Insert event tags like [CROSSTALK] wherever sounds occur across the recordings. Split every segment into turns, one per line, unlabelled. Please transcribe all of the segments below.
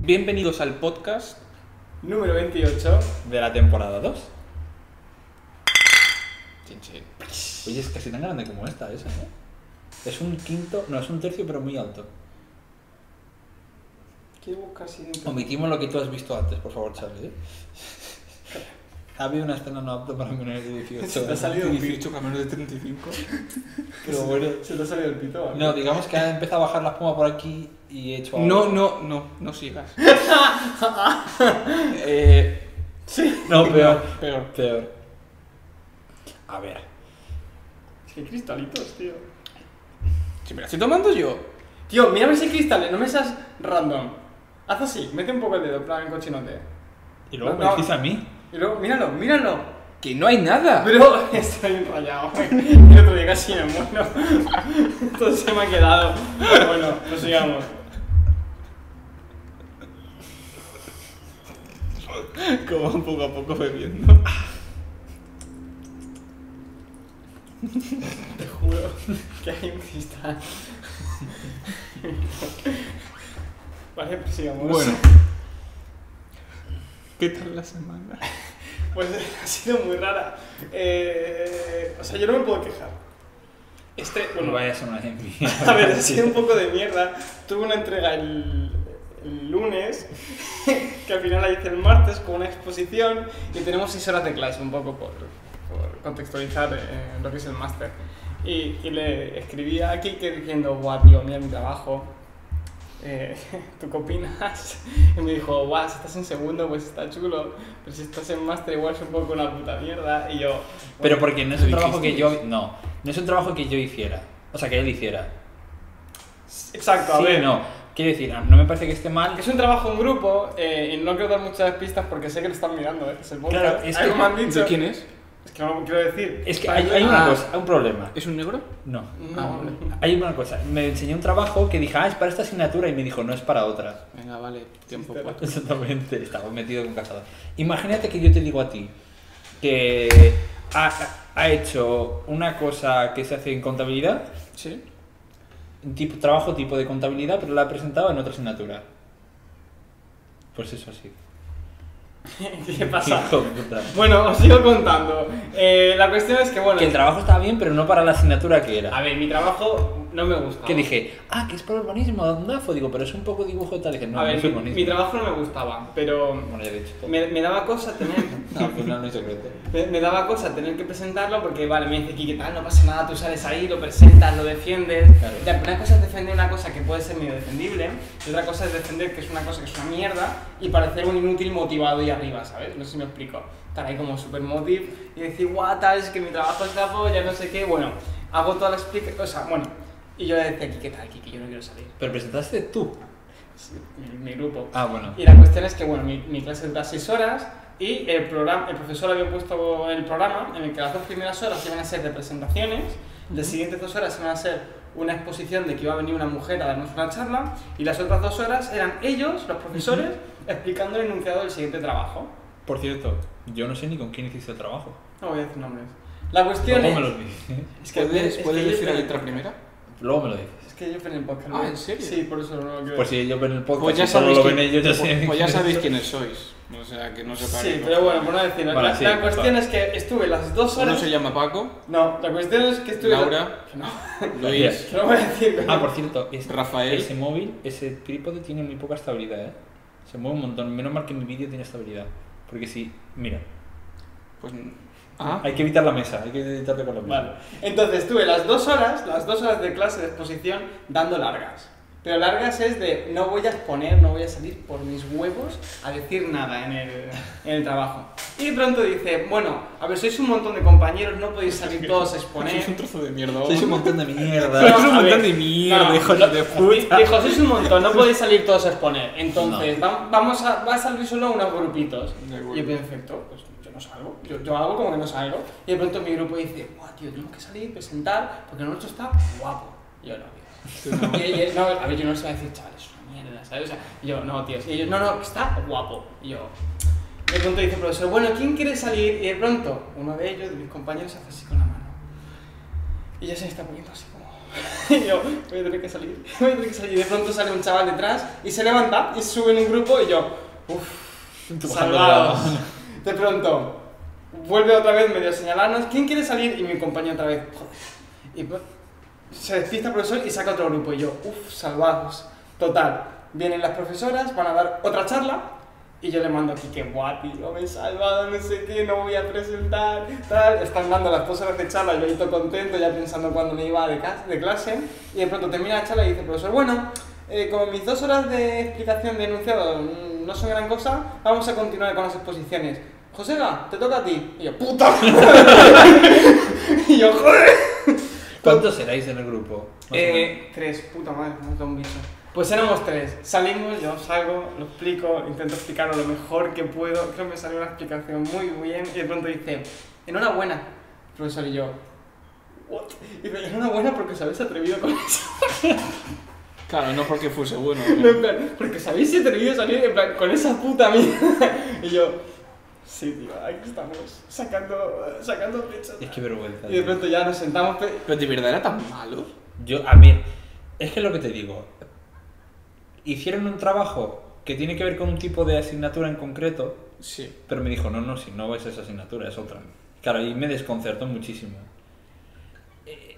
Bienvenidos al podcast
Número 28.
de la temporada 2. Chin, chin. Oye, es casi tan grande como esta, esa, ¿no? Es un quinto, no, es un tercio, pero muy alto.
Quiero buscar si nunca.
Omitimos lo que tú has visto antes, por favor, Charlie. ¿eh? [LAUGHS] Ha habido una escena no apta para menores de
[LAUGHS]
18.
Se te ha salido un
18 para menores de 35. Pero bueno.
Se te ha salido el pito. ¿vale?
No, digamos que ha empezado a bajar la espuma por aquí y he hecho
No,
algo.
no, no, no sigas. [LAUGHS]
Eh, No, peor.
Peor.
Peor. A ver.
Es que hay cristalitos, tío.
Si me la estoy tomando yo.
Tío, mírame si hay cristales, no me seas random. Haz así, mete un poco el dedo, en plan en cochinote.
Y luego me
No.
decís a mí.
Y luego, míralo, míralo.
Que no hay nada.
Pero [LAUGHS] estoy bien rayado. El otro día casi me muero. [LAUGHS] Todo se me ha quedado. Pero bueno, prosigamos.
[LAUGHS] Como poco a poco bebiendo.
Te juro que hay un cristal. [LAUGHS] Vale, pues prosigamos.
Bueno. ¿Qué tal la semana?
Pues [LAUGHS] ha sido muy rara. Eh, o sea, yo no me puedo quejar. Este, bueno,
Vaya a ser una ejemplo.
[LAUGHS] a ver, ha sido un poco de mierda. Tuve una entrega el, el lunes, [LAUGHS] que al final la hice el martes con una exposición y tenemos 6 horas de clase, un poco por, por contextualizar eh, lo que es el máster. Y, y le escribí a Kike diciendo, guau, tío, mira mi trabajo. eh, [LAUGHS] ¿Tú qué opinas? Y me dijo, guau, si estás en segundo, pues está chulo, pero si estás en máster, igual es un poco una puta mierda. Y yo,
Pero porque no es un
¿Lo
trabajo que
dijisteis?
yo. No, no es un trabajo que yo hiciera. O sea, que él hiciera.
exacto, a
Sí,
ver.
no. Quiero decir, ah, no me parece que esté mal.
Es un trabajo en grupo eh, y no quiero dar muchas pistas porque sé que lo están mirando, ¿eh? Es el podcast.
Claro, es
Algo
que-
me han dicho.
¿De quién es?
Es que no lo quiero decir.
Es que
Para
hay, hay una
Ah.
cosa, hay un problema.
¿Es un negro?
No.
No.
Ah, vale.
Hay una cosa. Me enseñó un trabajo que dije, ah, es para esta asignatura y me dijo, no es para otra. [LAUGHS]
Venga, vale, tiempo
Espera.
cuatro.
Exactamente. Estaba metido con casado. Imagínate que yo te digo a ti que ha, ha hecho una cosa que se hace en contabilidad,
¿Sí?
un tipo, trabajo tipo de contabilidad, pero la ha presentado en otra asignatura. Pues eso sí.
[LAUGHS] ¿Qué pasa?
[LAUGHS] Hijo de puta.
Bueno, os sigo contando. Eh, la cuestión es que, bueno.
Que el trabajo estaba bien, pero no para la asignatura que
a
era.
ver, mi trabajo no me gusta.
Que dije, ah, que es para urbanismo, andafo. Digo, pero es un poco dibujo tal. Dije, no,
a
no
ver,
es
mi,
urbanismo.
mi trabajo no me gustaba, pero.
Bueno, ya he dicho todo.
Me, me daba cosa
[LAUGHS]
tener.
No, pues no, no es secreto.
Me, me daba cosa tener que presentarlo porque, vale, me dice Kike, tal, no pasa nada, tú sales ahí, lo presentas, lo defiendes.
Claro.
Ya, pero una cosa es defender una cosa que puede ser medio defendible, y otra cosa es defender que es una cosa que es una mierda y parecer un inútil motivado y arriba, ¿sabes? No sé si me explico. Estar ahí como super motiv y decir, guau, tal, es que mi trabajo es la polla, no sé qué. Bueno, hago toda la explicación, o sea, bueno. Y yo le decía, Kike, tal, Kike, yo no quiero salir.
Pero presentaste tú.
Mi- mi grupo.
Ah, bueno.
Y la cuestión es que, bueno, mi, mi clase dura 6 horas y el, programa, el profesor había puesto el programa en el que las dos primeras horas iban a ser de presentaciones, las siguientes dos horas iban a ser una exposición de que iba a venir una mujer a darnos una charla y las otras dos horas eran ellos, los profesores, explicando el enunciado del siguiente trabajo.
Por cierto, yo no sé ni con quién hiciste el trabajo.
No voy a decir nombres. La cuestión
Luego
es...
me lo dices.
es que-
¿Puedes,
es que
¿puedes
yo
decir la
pre-
letra primera?
[LAUGHS] Luego me lo dices.
[LAUGHS] Es que yo en el podcast.
Ah,
¿no?
¿en serio?
Sí, por eso no lo quiero
Pues si ellos ven el podcast,
Pues ya
y solo
sabéis,
lo
quién-
ven ellos, ya
pues- [LAUGHS]
sé.
pues ya sabéis quiénes sois. O sea, que no se
Sí,
pare.
pero bueno, por no decir nada.
Vale,
la,
sí,
la cuestión
va.
es que estuve las dos
Uno
horas...
se llama Paco,
No, la cuestión es que estuve...
Laura,
Que no,
[LAUGHS] Luis.
que no voy a decir...
Ah, por cierto, es-
Rafael.
ese móvil, ese trípode tiene muy poca estabilidad, ¿eh? Se mueve un montón. Menos mal que mi vídeo tiene estabilidad. Porque si, mira,
Pues. Ah,
hay que evitar la mesa, hay que evitarle con la mesa.
Vale. Entonces tuve las dos horas, las dos horas de clase de exposición dando largas. Pero largas es de no voy a exponer, no voy a salir por mis huevos a decir nada en el, en el trabajo. Y de pronto dice, bueno, a ver, sois un montón de compañeros, no podéis salir todos a exponer.
sois un trozo de mierda.
Sois un
[LAUGHS]
montón de
No,
mierda.
Sois un
a ver,
montón de mierda,
no,
hijos
lo-
de puta.
Dijo, sois un montón,
[LAUGHS]
no podéis salir todos a exponer. Entonces, va- vamos a, va a salir solo unos grupitos.
De acuerdo.
Y yo perfecto, pues yo no salgo. Yo, yo hago como que no salgo. Y de pronto mi grupo dice, guau, tío, tenemos que salir, presentar, porque el nuestro está guapo. Y yo no, tío. [LAUGHS] Y ellos, no, a ver, yo no les voy a decir, chaval, es una mierda, ¿sabes? O sea, y yo, no, tío. Y ellos, no, no, que está guapo. Y yo, de pronto dice el profesor, bueno, ¿quién quiere salir? Y de pronto, uno de ellos, de mis compañeros, hace así con la mano. Y ya se me está poniendo así como... [LAUGHS] Y yo, voy a tener que salir, [LAUGHS] voy a tener que salir. Y de pronto sale un chaval detrás y se levanta y sube en un grupo y yo, uff,
Tú bajando
salvados. De pronto, vuelve otra vez medio a señalarnos, ¿quién quiere salir? Y mi compañero otra vez, joder. Y pues, se despista el profesor y saca otro grupo y yo, uff, salvados. Total, vienen las profesoras, van a dar otra charla. Y yo le mando aquí que guau, tío, me he salvado, no sé qué, no voy a presentar, tal. Están dando las horas de charla, yo ahí todo contento, ya pensando cuando me iba de, cas- de clase. Y de pronto termina la charla y dice el profesor, bueno, eh, como mis dos horas de explicación de enunciado mm, no son gran cosa, vamos a continuar con las exposiciones. Joseba, te toca a ti. Y yo, puta. [LAUGHS] y yo, joder.
¿Cuántos erais en el grupo? Más o
Eh, tres, puta madre, no da un bicho. Pues éramos tres. Salimos, yo salgo, lo explico, intento explicarlo lo mejor que puedo. Creo que me salió una explicación muy bien. Y de pronto dice, enhorabuena, profesor. Y yo, ¿what? Y dice, enhorabuena porque os habéis atrevido con eso. [LAUGHS]
Claro, no porque fuese [LAUGHS] bueno.
No, en plan, porque os habéis atrevido a salir en plan, con esa puta mierda. [LAUGHS] Y yo, sí, tío, aquí estamos, sacando, sacando pechos.
menos. Es que vergüenza.
Y de
tío.
pronto ya nos sentamos. pe-
Pero de verdad era tan malo.
Yo, a mí, es que lo que te digo, hicieron un trabajo que tiene que ver con un tipo de asignatura en concreto,
Sí.
pero me dijo, no, no, si no es esa asignatura, es otra. Claro, y me desconcertó muchísimo. Eh,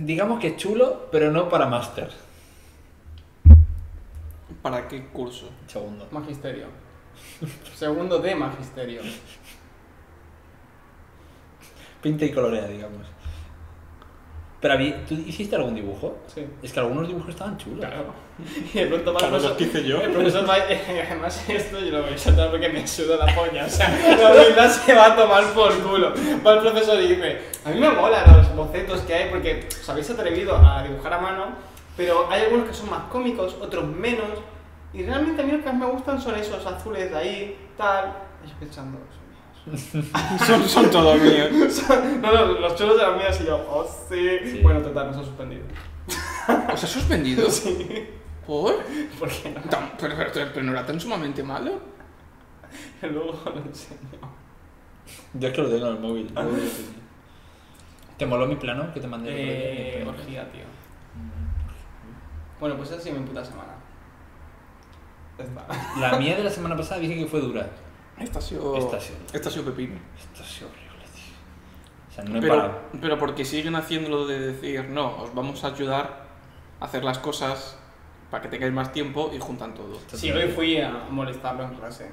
digamos que chulo, pero no para máster.
¿Para qué curso?
Segundo.
Magisterio. Segundo de magisterio.
Pinta y colorea, digamos. Pero a mí, ¿tú hiciste algún dibujo?
Sí.
Es que algunos dibujos estaban chulos.
Claro. Y de pronto va el
Claro,
profesor.
los que hice yo.
El profesor va y- "Eh, además esto yo lo voy a saltar porque me suda la polla. O sea, la verdad se va a tomar por culo. Va el profesor y dice, a mí me molan los bocetos que hay porque os habéis atrevido a dibujar a mano, pero hay algunos que son más cómicos, otros menos. Y realmente a mí los que más me gustan son esos azules de ahí, tal. Y yo pensando, "Son míos".
[LAUGHS] Son, son todos [LAUGHS] míos.
no, no, los chulos eran míos y yo, oh sí.
Sí.
Bueno, total, nos han suspendido. [LAUGHS]
¿Os ha [LAUGHS] suspendido?
Sí.
¿Por?
¿Por qué no?
Tan- pero, pero- pero no era tan sumamente malo.
Luego lo enseño.
Yo es que lo tengo en el móvil.
Ah.
no lo voy a decir. ¿Te moló mi plano que te
Eh,
mandé? el otro día? Mi plano. Mm.
orgía, tío. Bueno, pues esa ha sido mi puta semana. Ya está.
La mía de la semana pasada dije que fue dura.
Esta ha sido.
Esta ha sido.
esta ha sido Pepino.
Esto es horrible, tío. O sea, no he
Pero,
parado.
pero porque siguen haciendo lo de decir, no, os vamos a ayudar a hacer las cosas para que tengáis más tiempo y juntan todo.
Sí, hoy fui a molestarlo en [LAUGHS] clase.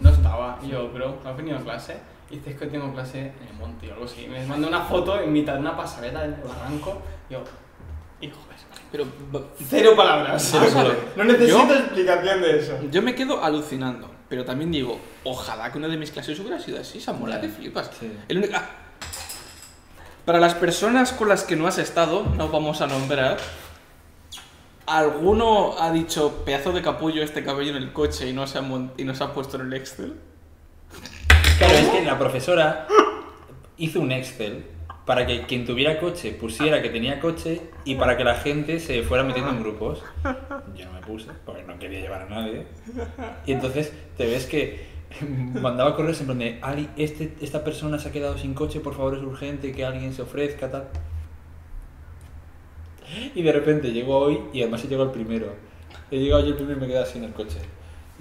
No estaba. Y yo, bro, ¿no has venido a clase? Y dices que hoy tengo clase en el monte o algo así. Me mandó una foto en mitad de una pasarela del barranco. Y yo, hijo de...
Pero b-
Cero palabras. [LAUGHS]
Te lo juro.
No necesito
Yo-
explicación de eso.
yo me quedo alucinando. Pero también digo, ojalá que una de mis clases hubiera sido así, esa mola
Ya,
que flipas.
sí.
El único- ah. Para las personas con las que no has estado, no vamos a nombrar. ¿Alguno ha dicho pedazo de capullo este cabello en el coche y no se ha, mon- y no se ha puesto en el Excel?
Claro, es que la profesora hizo un Excel para que quien tuviera coche pusiera que tenía coche y para que la gente se fuera metiendo en grupos. Yo no me puse porque no quería llevar a nadie. Y entonces te ves que [LAUGHS] mandaba correos en plan de Ali, este, esta persona se ha quedado sin coche, por favor es urgente que alguien se ofrezca, tal. Y de repente llegó hoy y además he llegado el primero. He llegado yo el primero y me he quedado sin el coche.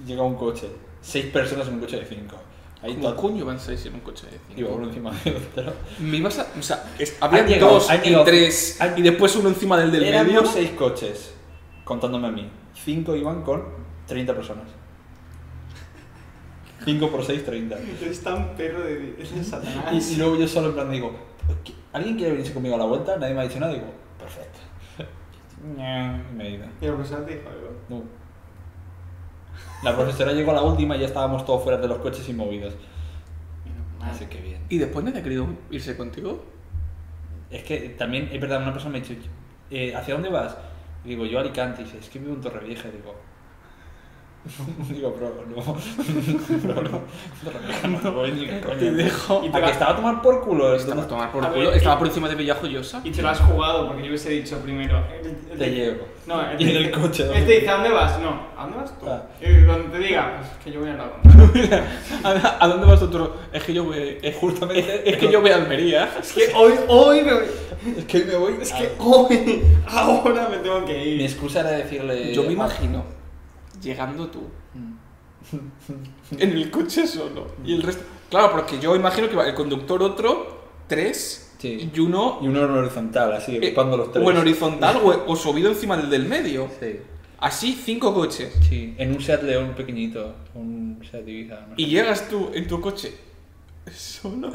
Llega un coche, seis personas en un coche de cinco. Ahí
¿Cómo
todo-
coño van seis en un coche de cinco?
Iba uno encima del otro.
Me ibas a. O sea, es- había
Han llegado,
dos
han
y
llegado.
tres
Han-
y después uno encima del del
Eran
medio.
seis coches, contándome a mí. Cinco iban con 30 personas. 5 por 6, 30.
Eres tan perro de, [LAUGHS] de
Y,
Satanás.
y luego yo solo en plan digo, "¿Qui- ¿alguien quiere venirse conmigo a la vuelta? Nadie me ha dicho nada. Digo, perfecto. [LAUGHS] Y me he ido.
Y el profesor te dijo algo.
No. La profesora llegó a la última y ya estábamos todos fuera de los coches y movidos.
Ah.
Así que bien.
Y después nadie ha querido irse contigo.
Es que también, es verdad, una persona me ha dicho, eh, ¿hacia dónde vas? Y digo, yo a Alicante. Y dice, es que vivo en Torrevieja. Y digo, [LAUGHS] Digo, [LAUGHS] bro, no. Bro, no. No te voy ni de coña.
Te dejo.
Y te que estaba a tomar por culo.
Estaba, a
esto.
tomar por
A
culo.
ver,
Estaba
y-
por encima de Villajo y Osa.
Y te lo has jugado, porque yo hubiese dicho primero. "Eh, el- el-
Te llevo.
No, el-
Y en el coche. ¿no?
Este dice, ¿a dónde vas? No, ¿a dónde vas tú?
Ah.
Y cuando te diga, pues que yo voy a la ronda.
[LAUGHS] ¿A, a dónde vas tú? Es que yo voy. Es,
Justamente-
es que yo voy a Almería.
Es que hoy, hoy me voy.
Es que me voy.
Es que hoy, [LAUGHS] ahora me tengo que
ah, Mi
ir.
excusa era decirle. Mm.
Yo me imagino llegando tú en el coche solo y el resto. Claro, porque yo imagino que va el conductor otro, tres
Sí.
y uno.
Y uno en horizontal, así,
eh,
ocupando los tres.
O en horizontal o, o subido encima del del medio.
Sí.
Así cinco coches.
Sí, en un Seat León pequeñito, un Seat Ibiza. ¿no?
Y llegas tú en tu coche [LAUGHS] solo.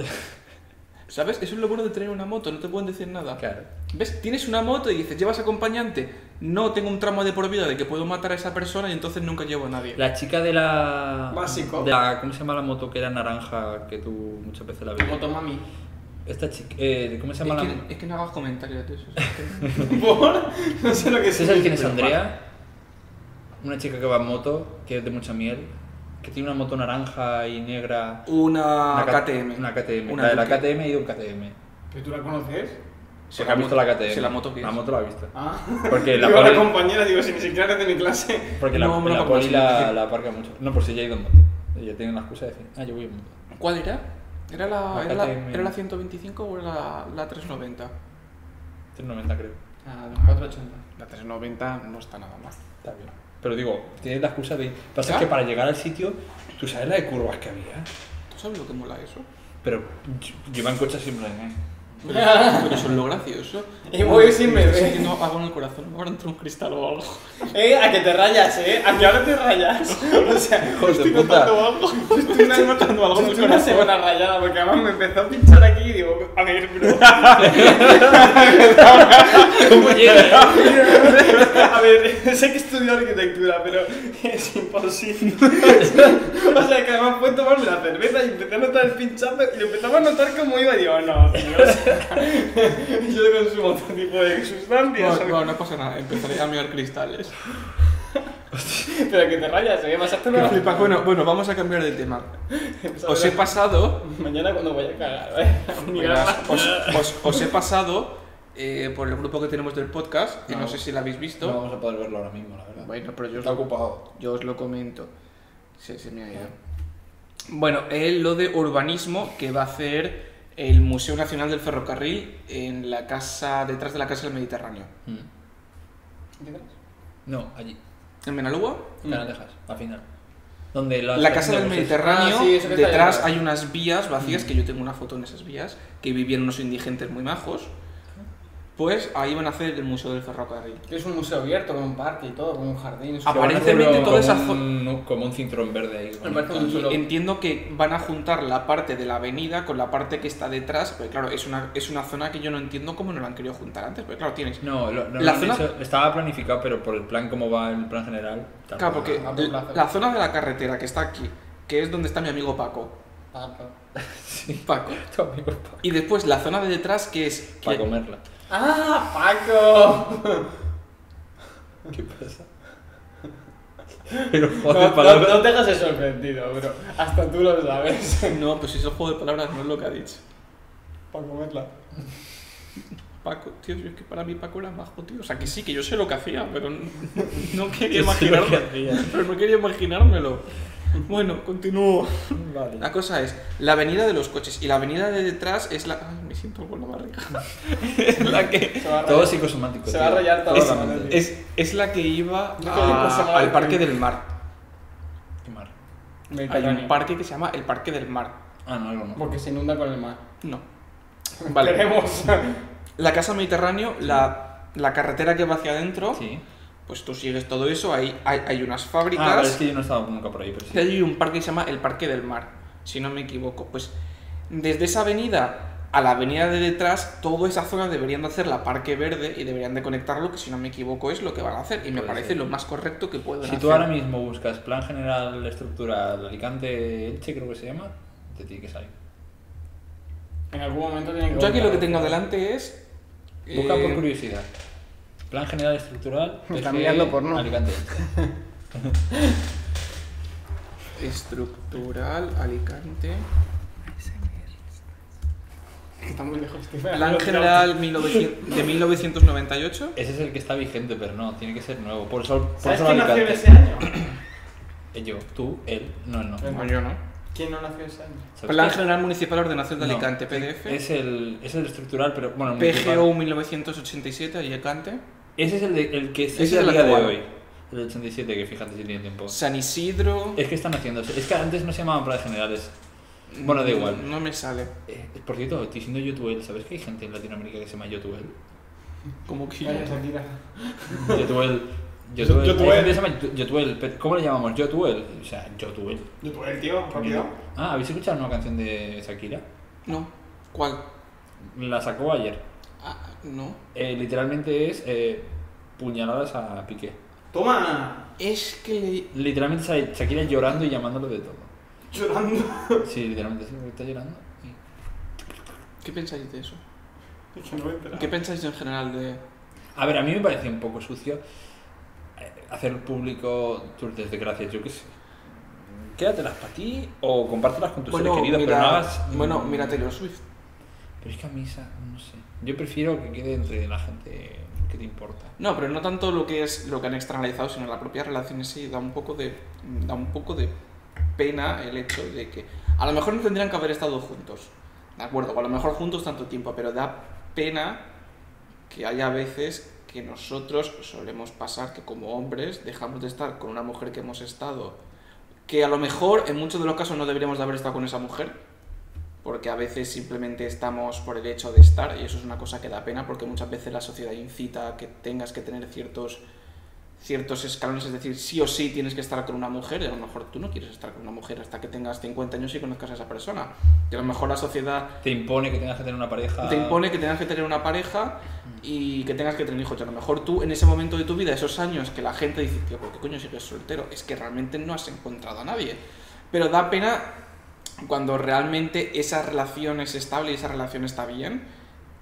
¿Sabes? Eso es lo bueno de tener una moto, no te pueden decir nada.
Claro.
¿Ves? Tienes una moto y dices, ¿llevas acompañante? No, tengo un tramo de por vida de que puedo matar a esa persona y entonces nunca llevo a nadie.
La chica de la.
Básico.
de la- ¿Cómo se llama la moto que era naranja que tú muchas veces la ves?
Motomami.
Esta chica. eh, ¿Cómo se
Es
llama la
que, es que no hagas comentarios de eso.
[LAUGHS]
[LAUGHS] ¿Por? No sé lo que
¿Sabes quién es
significa.
Andrea? Una chica que va en moto, que es de mucha miel, que tiene una moto naranja y negra.
Una,
K-
KTM.
Una KTM.
Una
la de la
Duke.
KTM y de un KTM.
¿Pero tú la conoces?
Porque ha Pues visto la KTM.
Si la moto que es.
La moto la ha
[LAUGHS]
visto.
Ah.
Porque la
Digo,
poli,
la compañera, digo, si ni siquiera eres de mi clase.
porque la,
No, no
la
la
poli
conocí. [LAUGHS]
la, la aparca mucho. No, por si ella ha ido en moto. Ella tiene la excusa de decir, ah, yo voy en moto.
¿Cuál era? ¿Era la,
La
era, la,
KTM.
era la 125 o era la, la 390?
390 creo.
Ah, los 480.
La 390 no está nada mal.
Está bien. Pero digo, tienes la excusa de... Pasa
Claro.
que para llegar al sitio, tú sabes la de curvas que había.
¿Tú sabes lo que mola eso? [LAUGHS]
Pero yo- yo iba en coche siempre, ¿eh?
Pero, pero eso es lo gracioso.
Y voy sin
Me estoy
beber.
sintiendo algo en el corazón. Me habrá entrado un cristal o
[LAUGHS]
algo.
Eh, a que te rayas, eh. A que ahora te rayas. O sea,
Hijo de
estoy
puta.
notando algo. Estoy
Estoy notando algo en el
estoy una
corazón.
semana rayada porque además me empezó a pinchar aquí y digo, a ver, bro. A ver, sé que estudió arquitectura, pero es imposible. O sea, que además fue tomarme la cerveza y empecé a notar el pinchazo y lo empezaba a notar cómo iba y digo, "Oh, no, tío. o sea, [LAUGHS] yo no consumo otro tipo de sustancias.
No, no, no pasa nada. Empezaré a mirar cristales.
Pero que te rayas, ¿eh? Vas a hacer
Qué
una...
flipas. Bueno,
[LAUGHS]
bueno, vamos a cambiar de tema. Os he pasado
Mañana cuando voy a cagar, ¿eh? [LAUGHS] Ni
Verás,
garra.
os, os- os he pasado eh, por el grupo que tenemos del podcast, que no,
No.
sé si lo habéis
No
visto.
vamos a poder verlo ahora mismo, la verdad.
Bueno, pero yo os,
Está
lo,
ocupado.
yo os lo comento. Sí, se me ha ido. Bueno, es lo de urbanismo que va a hacer el Museo Nacional del Ferrocarril en la casa, detrás de la Casa del Mediterráneo.
Mm. No, allí.
¿En Menalúa?
En Canalejas, al final. Donde la,
Mm. La Casa del Mm.
donde-
Mediterráneo,
Ah, sí, eso que está
detrás
ahí.
hay unas vías vacías, que yo tengo una foto en esas vías, que vivían unos indigentes muy majos. Pues ahí van a hacer el Museo del Ferrocarril.
Que es un museo abierto, con un parque y todo, con un jardín. es un-
que van a
Aparentemente
hacerlo
toda esa
como un- Como un cinturón verde ahí.
Me parece muy chulo.
Entiendo que van a juntar la parte de la avenida con la parte que está detrás, porque claro, es una, es una zona que yo no entiendo cómo no la han querido juntar antes, porque claro, tienes...
No, lo, no
La
lo han
zona-
dicho, estaba planificado, pero por el plan como va el plan general. tampoco.
Claro, porque
[LAUGHS]
Ah, por plaza.
la zona de la carretera que está aquí, que es donde está mi amigo Paco.
Paco.
Paco.
Tu amigo es pa-
Y después la zona de detrás que es...
Para
que-
comerla.
¡Ah, [LAUGHS] Paco!
¿Qué pasa? Pero
No,
joder,
no-
palabras.
no te hagas el sorprendido, bro. Hasta tú lo sabes.
[LAUGHS] No, pues es el juego de palabras, no es lo que ha dicho.
[LAUGHS] Para comerla.
Paco, tío, yo es que para mí Paco era majo, tío. O sea, que sí, que yo sé lo que hacía, pero no, [LAUGHS] no quería
Yo sé lo que
imaginarlo. [LAUGHS] Pero no quería imaginármelo. Bueno, continúo.
Vale.
La cosa es, la avenida de los coches y la avenida de detrás es la... Ay, me siento con la barriga. [LAUGHS] es, la que,
Se va a rayar.
Todo psicosomático.
Se va a
tío.
rayar toda
Es-
la mano, tío.
es, es la que iba
No
a-
quería pasar
al
la-
Parque del Mar.
Qué mal.
Hay
Mediterráneo.
un parque que se llama el Parque del Mar.
Ah, no, algo no.
Porque se inunda con el mar.
[LAUGHS] No. Vale.
Queremos. [LAUGHS]
La Casa Mediterráneo, la, la carretera que va hacia adentro,
Sí.
pues tú sigues todo eso, ahí hay, hay unas
Ah, vale, es
fábricas.
que yo no estaba nunca por ahí, pero
Y
sí.
hay un parque que se llama el Parque del Mar, si no me equivoco. Pues desde esa avenida a la avenida de detrás, toda esa zona deberían de hacer la Parque Verde y deberían de conectarlo, que si no me equivoco es lo que van a hacer. Y me
Puede
parece
ser.
lo más correcto que pueden
Si
hacer.
tú ahora mismo buscas plan general estructural Alicante Elche, creo que se llama, te tiene que salir.
En algún momento tienen que.
Yo aquí lo que
voltar.
tengo delante es...
Busca
eh,
por curiosidad. Plan general estructural.
Está
PG,
mirando porno.
Alicante Elche.
estructural, Alicante.
Está muy lejos. estoy
Plan
hablando de
General 1900 de 1998.
Ese es el que está vigente, pero no, tiene que ser nuevo. Por eso, por
¿Sabes
eso
quién nació en
Alicante. Eh,
ese año?
Yo, tú, él, no, él no.
Bueno.
No, yo no.
¿Quién no nació ese año?
¿Sabes
Plan
qué?
General Municipal de Ordenación de
No,
Alicante, PDF.
Es el, es el estructural, pero bueno, el municipal.
PGO 1987, Alicante.
Ese es el, de- el que
Ese
es el
es el
día de
actual.
hoy. El 87, que fíjate si tiene tiempo.
San Isidro.
Es que están haciendo. Es que antes no se llamaban planes generales. bueno, da igual.
No me sale.
Eh, por cierto, estoy diciendo Yotuel. ¿Sabes que hay gente en Latinoamérica que se llama
[LAUGHS]
Yotuel?
Como que.
Vaya mentira.
Yotuel. Yotuel.
Yotuel.
Hay gente que se llama Yot- Yotuel. pero ¿Cómo le llamamos? Yotuel. O sea, Yotuel.
¿Y por el tío? ¿Rápido?
Ah, ¿habéis escuchado una canción de Shakira?
No. ¿Cuál?
La sacó ayer.
Ah, no.
Eh, literalmente es eh, puñaladas a Piqué.
¡Toma!
Es que.
Literalmente sale Shakira llorando y llamándolo de todo.
Llorando.
Sí, literalmente sí, está llorando.
¿Qué pensáis de eso?
Es que no me he enterado.
¿Qué pensáis en general de.?
A ver, a mí me parece un poco sucio eh, hacer público tus desgracias, yo qué sé. Quédatelas para ti o compártelas con tus seres queridos, Pues pero no hagas.
bueno, mira Taylor Swift.
Pero es que a mí esa, no sé. Yo prefiero que quede entre la gente que te importa.
No, pero no tanto lo que es lo que han externalizado, sino la propia relación en sí. Da un poco de. Da un poco de pena el hecho de que. A lo mejor no tendrían que haber estado juntos. De acuerdo, o a lo mejor juntos tanto tiempo, pero da pena que haya veces que nosotros solemos pasar que como hombres dejamos de estar con una mujer que hemos estado, que a lo mejor en muchos de los casos no deberíamos de haber estado con esa mujer, porque a veces simplemente estamos por el hecho de estar, y eso es una cosa que da pena, porque muchas veces la sociedad incita a que tengas que tener ciertos ciertos escalones, es decir, sí o sí tienes que estar con una mujer, y a lo mejor tú no quieres estar con una mujer hasta que tengas 50 años y conozcas a esa persona. Y a lo mejor la sociedad
Te impone que tengas que tener una pareja.
te impone que tengas que tener una pareja y que tengas que tener hijos. Y a lo mejor tú en ese momento de tu vida, esos años que la gente dice, tío, ¿por qué coño sigues soltero? Es que realmente no has encontrado a nadie. Pero da pena cuando realmente esa relación es estable y esa relación está bien,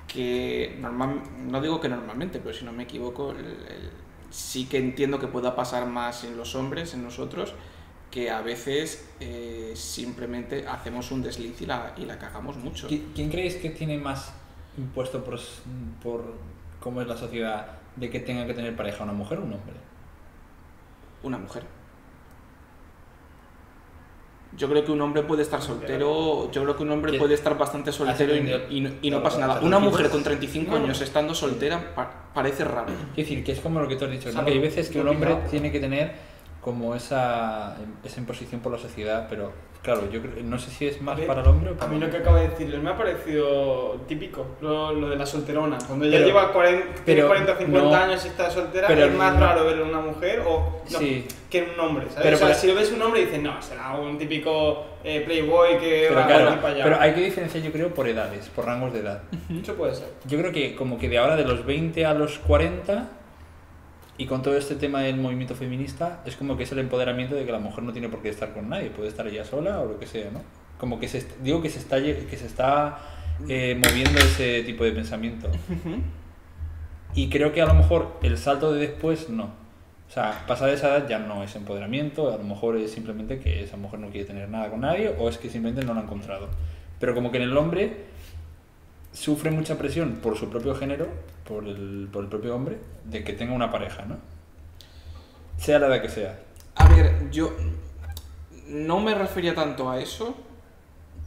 que normal, no digo que normalmente, pero si no me equivoco, el- el- sí que entiendo que pueda pasar más en los hombres, en nosotros, que a veces eh, simplemente hacemos un desliz y la, y la cagamos mucho.
¿Qui- ¿Quién creéis que tiene más impuesto por, s- por cómo es la sociedad de que tenga que tener pareja una mujer o un hombre?
Una mujer. Yo creo que un hombre puede estar soltero, yo creo que un hombre
¿Qué?
puede estar bastante soltero y, y no- y no pasa nada. Una mujer con 35 años estando soltera pa- parece raro.
Quiero decir, que es como lo que tú has dicho, ¿no?
Salud.
que hay veces que un
Lo
hombre
picado.
tiene que tener como esa, esa imposición por la sociedad, pero claro, yo creo- no sé si es más
A mí-
para el hombre o
A
para
mí
la
lo que
mujer.
acaba de decir, me ha parecido típico, lo, lo de la solterona. Cuando ya
Pero-
lleva 40, tiene
pero
40 o 50
no-
años y está soltera,
pero
es más
no-
raro ver a una mujer o no,
Sí.
que en un hombre. ¿sabes?
Pero
o sea,
para-
si lo ves un hombre dices, no, será un típico eh, playboy que
Pero
va
claro,
a ir para allá.
pero hay que diferenciar yo creo por edades, por rangos de edad.
Mucho puede ser.
Yo creo que como que de ahora de los 20 a los 40 y con todo este tema del movimiento feminista es como que es el empoderamiento de que la mujer no tiene por qué estar con nadie, puede estar ella sola o lo que sea, ¿no? Como que se est- digo que se está lle- que se está eh, moviendo ese tipo de pensamiento. Y creo que a lo mejor el salto de después no. O sea, pasada esa edad ya no es empoderamiento, a lo mejor es simplemente que esa mujer no quiere tener nada con nadie o es que simplemente no la ha encontrado. Pero como que en el hombre sufre mucha presión por su propio género, por el, por el propio hombre, de que tenga una pareja, ¿no? Sea la edad que sea.
A ver, yo no me refería tanto a eso.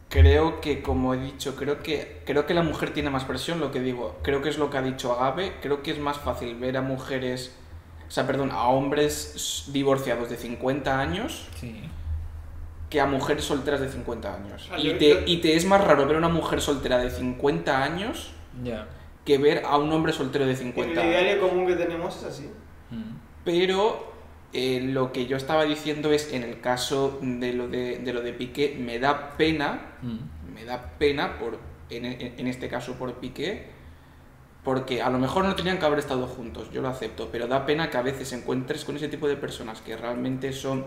Creo que, como he dicho, creo que, creo que la mujer tiene más presión, lo que digo. Creo que es lo que ha dicho Agave. Creo que es más fácil ver a mujeres, o sea, perdón, a hombres divorciados de 50 años
Sí.
que a mujeres solteras de 50 años.
Ah,
Y
yo-
te,
yo-
y te es más raro ver a una mujer soltera de 50 años
Ya.
que ver a un hombre soltero de
En
50
el
años.
ideario común que tenemos es así.
Mm.
Pero eh, lo que yo estaba diciendo es, en el caso de lo de, de lo de Piqué, me da pena,
Mm.
me da pena por, en, en- en este caso por Piqué, porque a lo mejor no tenían que haber estado juntos, yo lo acepto, pero da pena que a veces encuentres con ese tipo de personas que realmente son,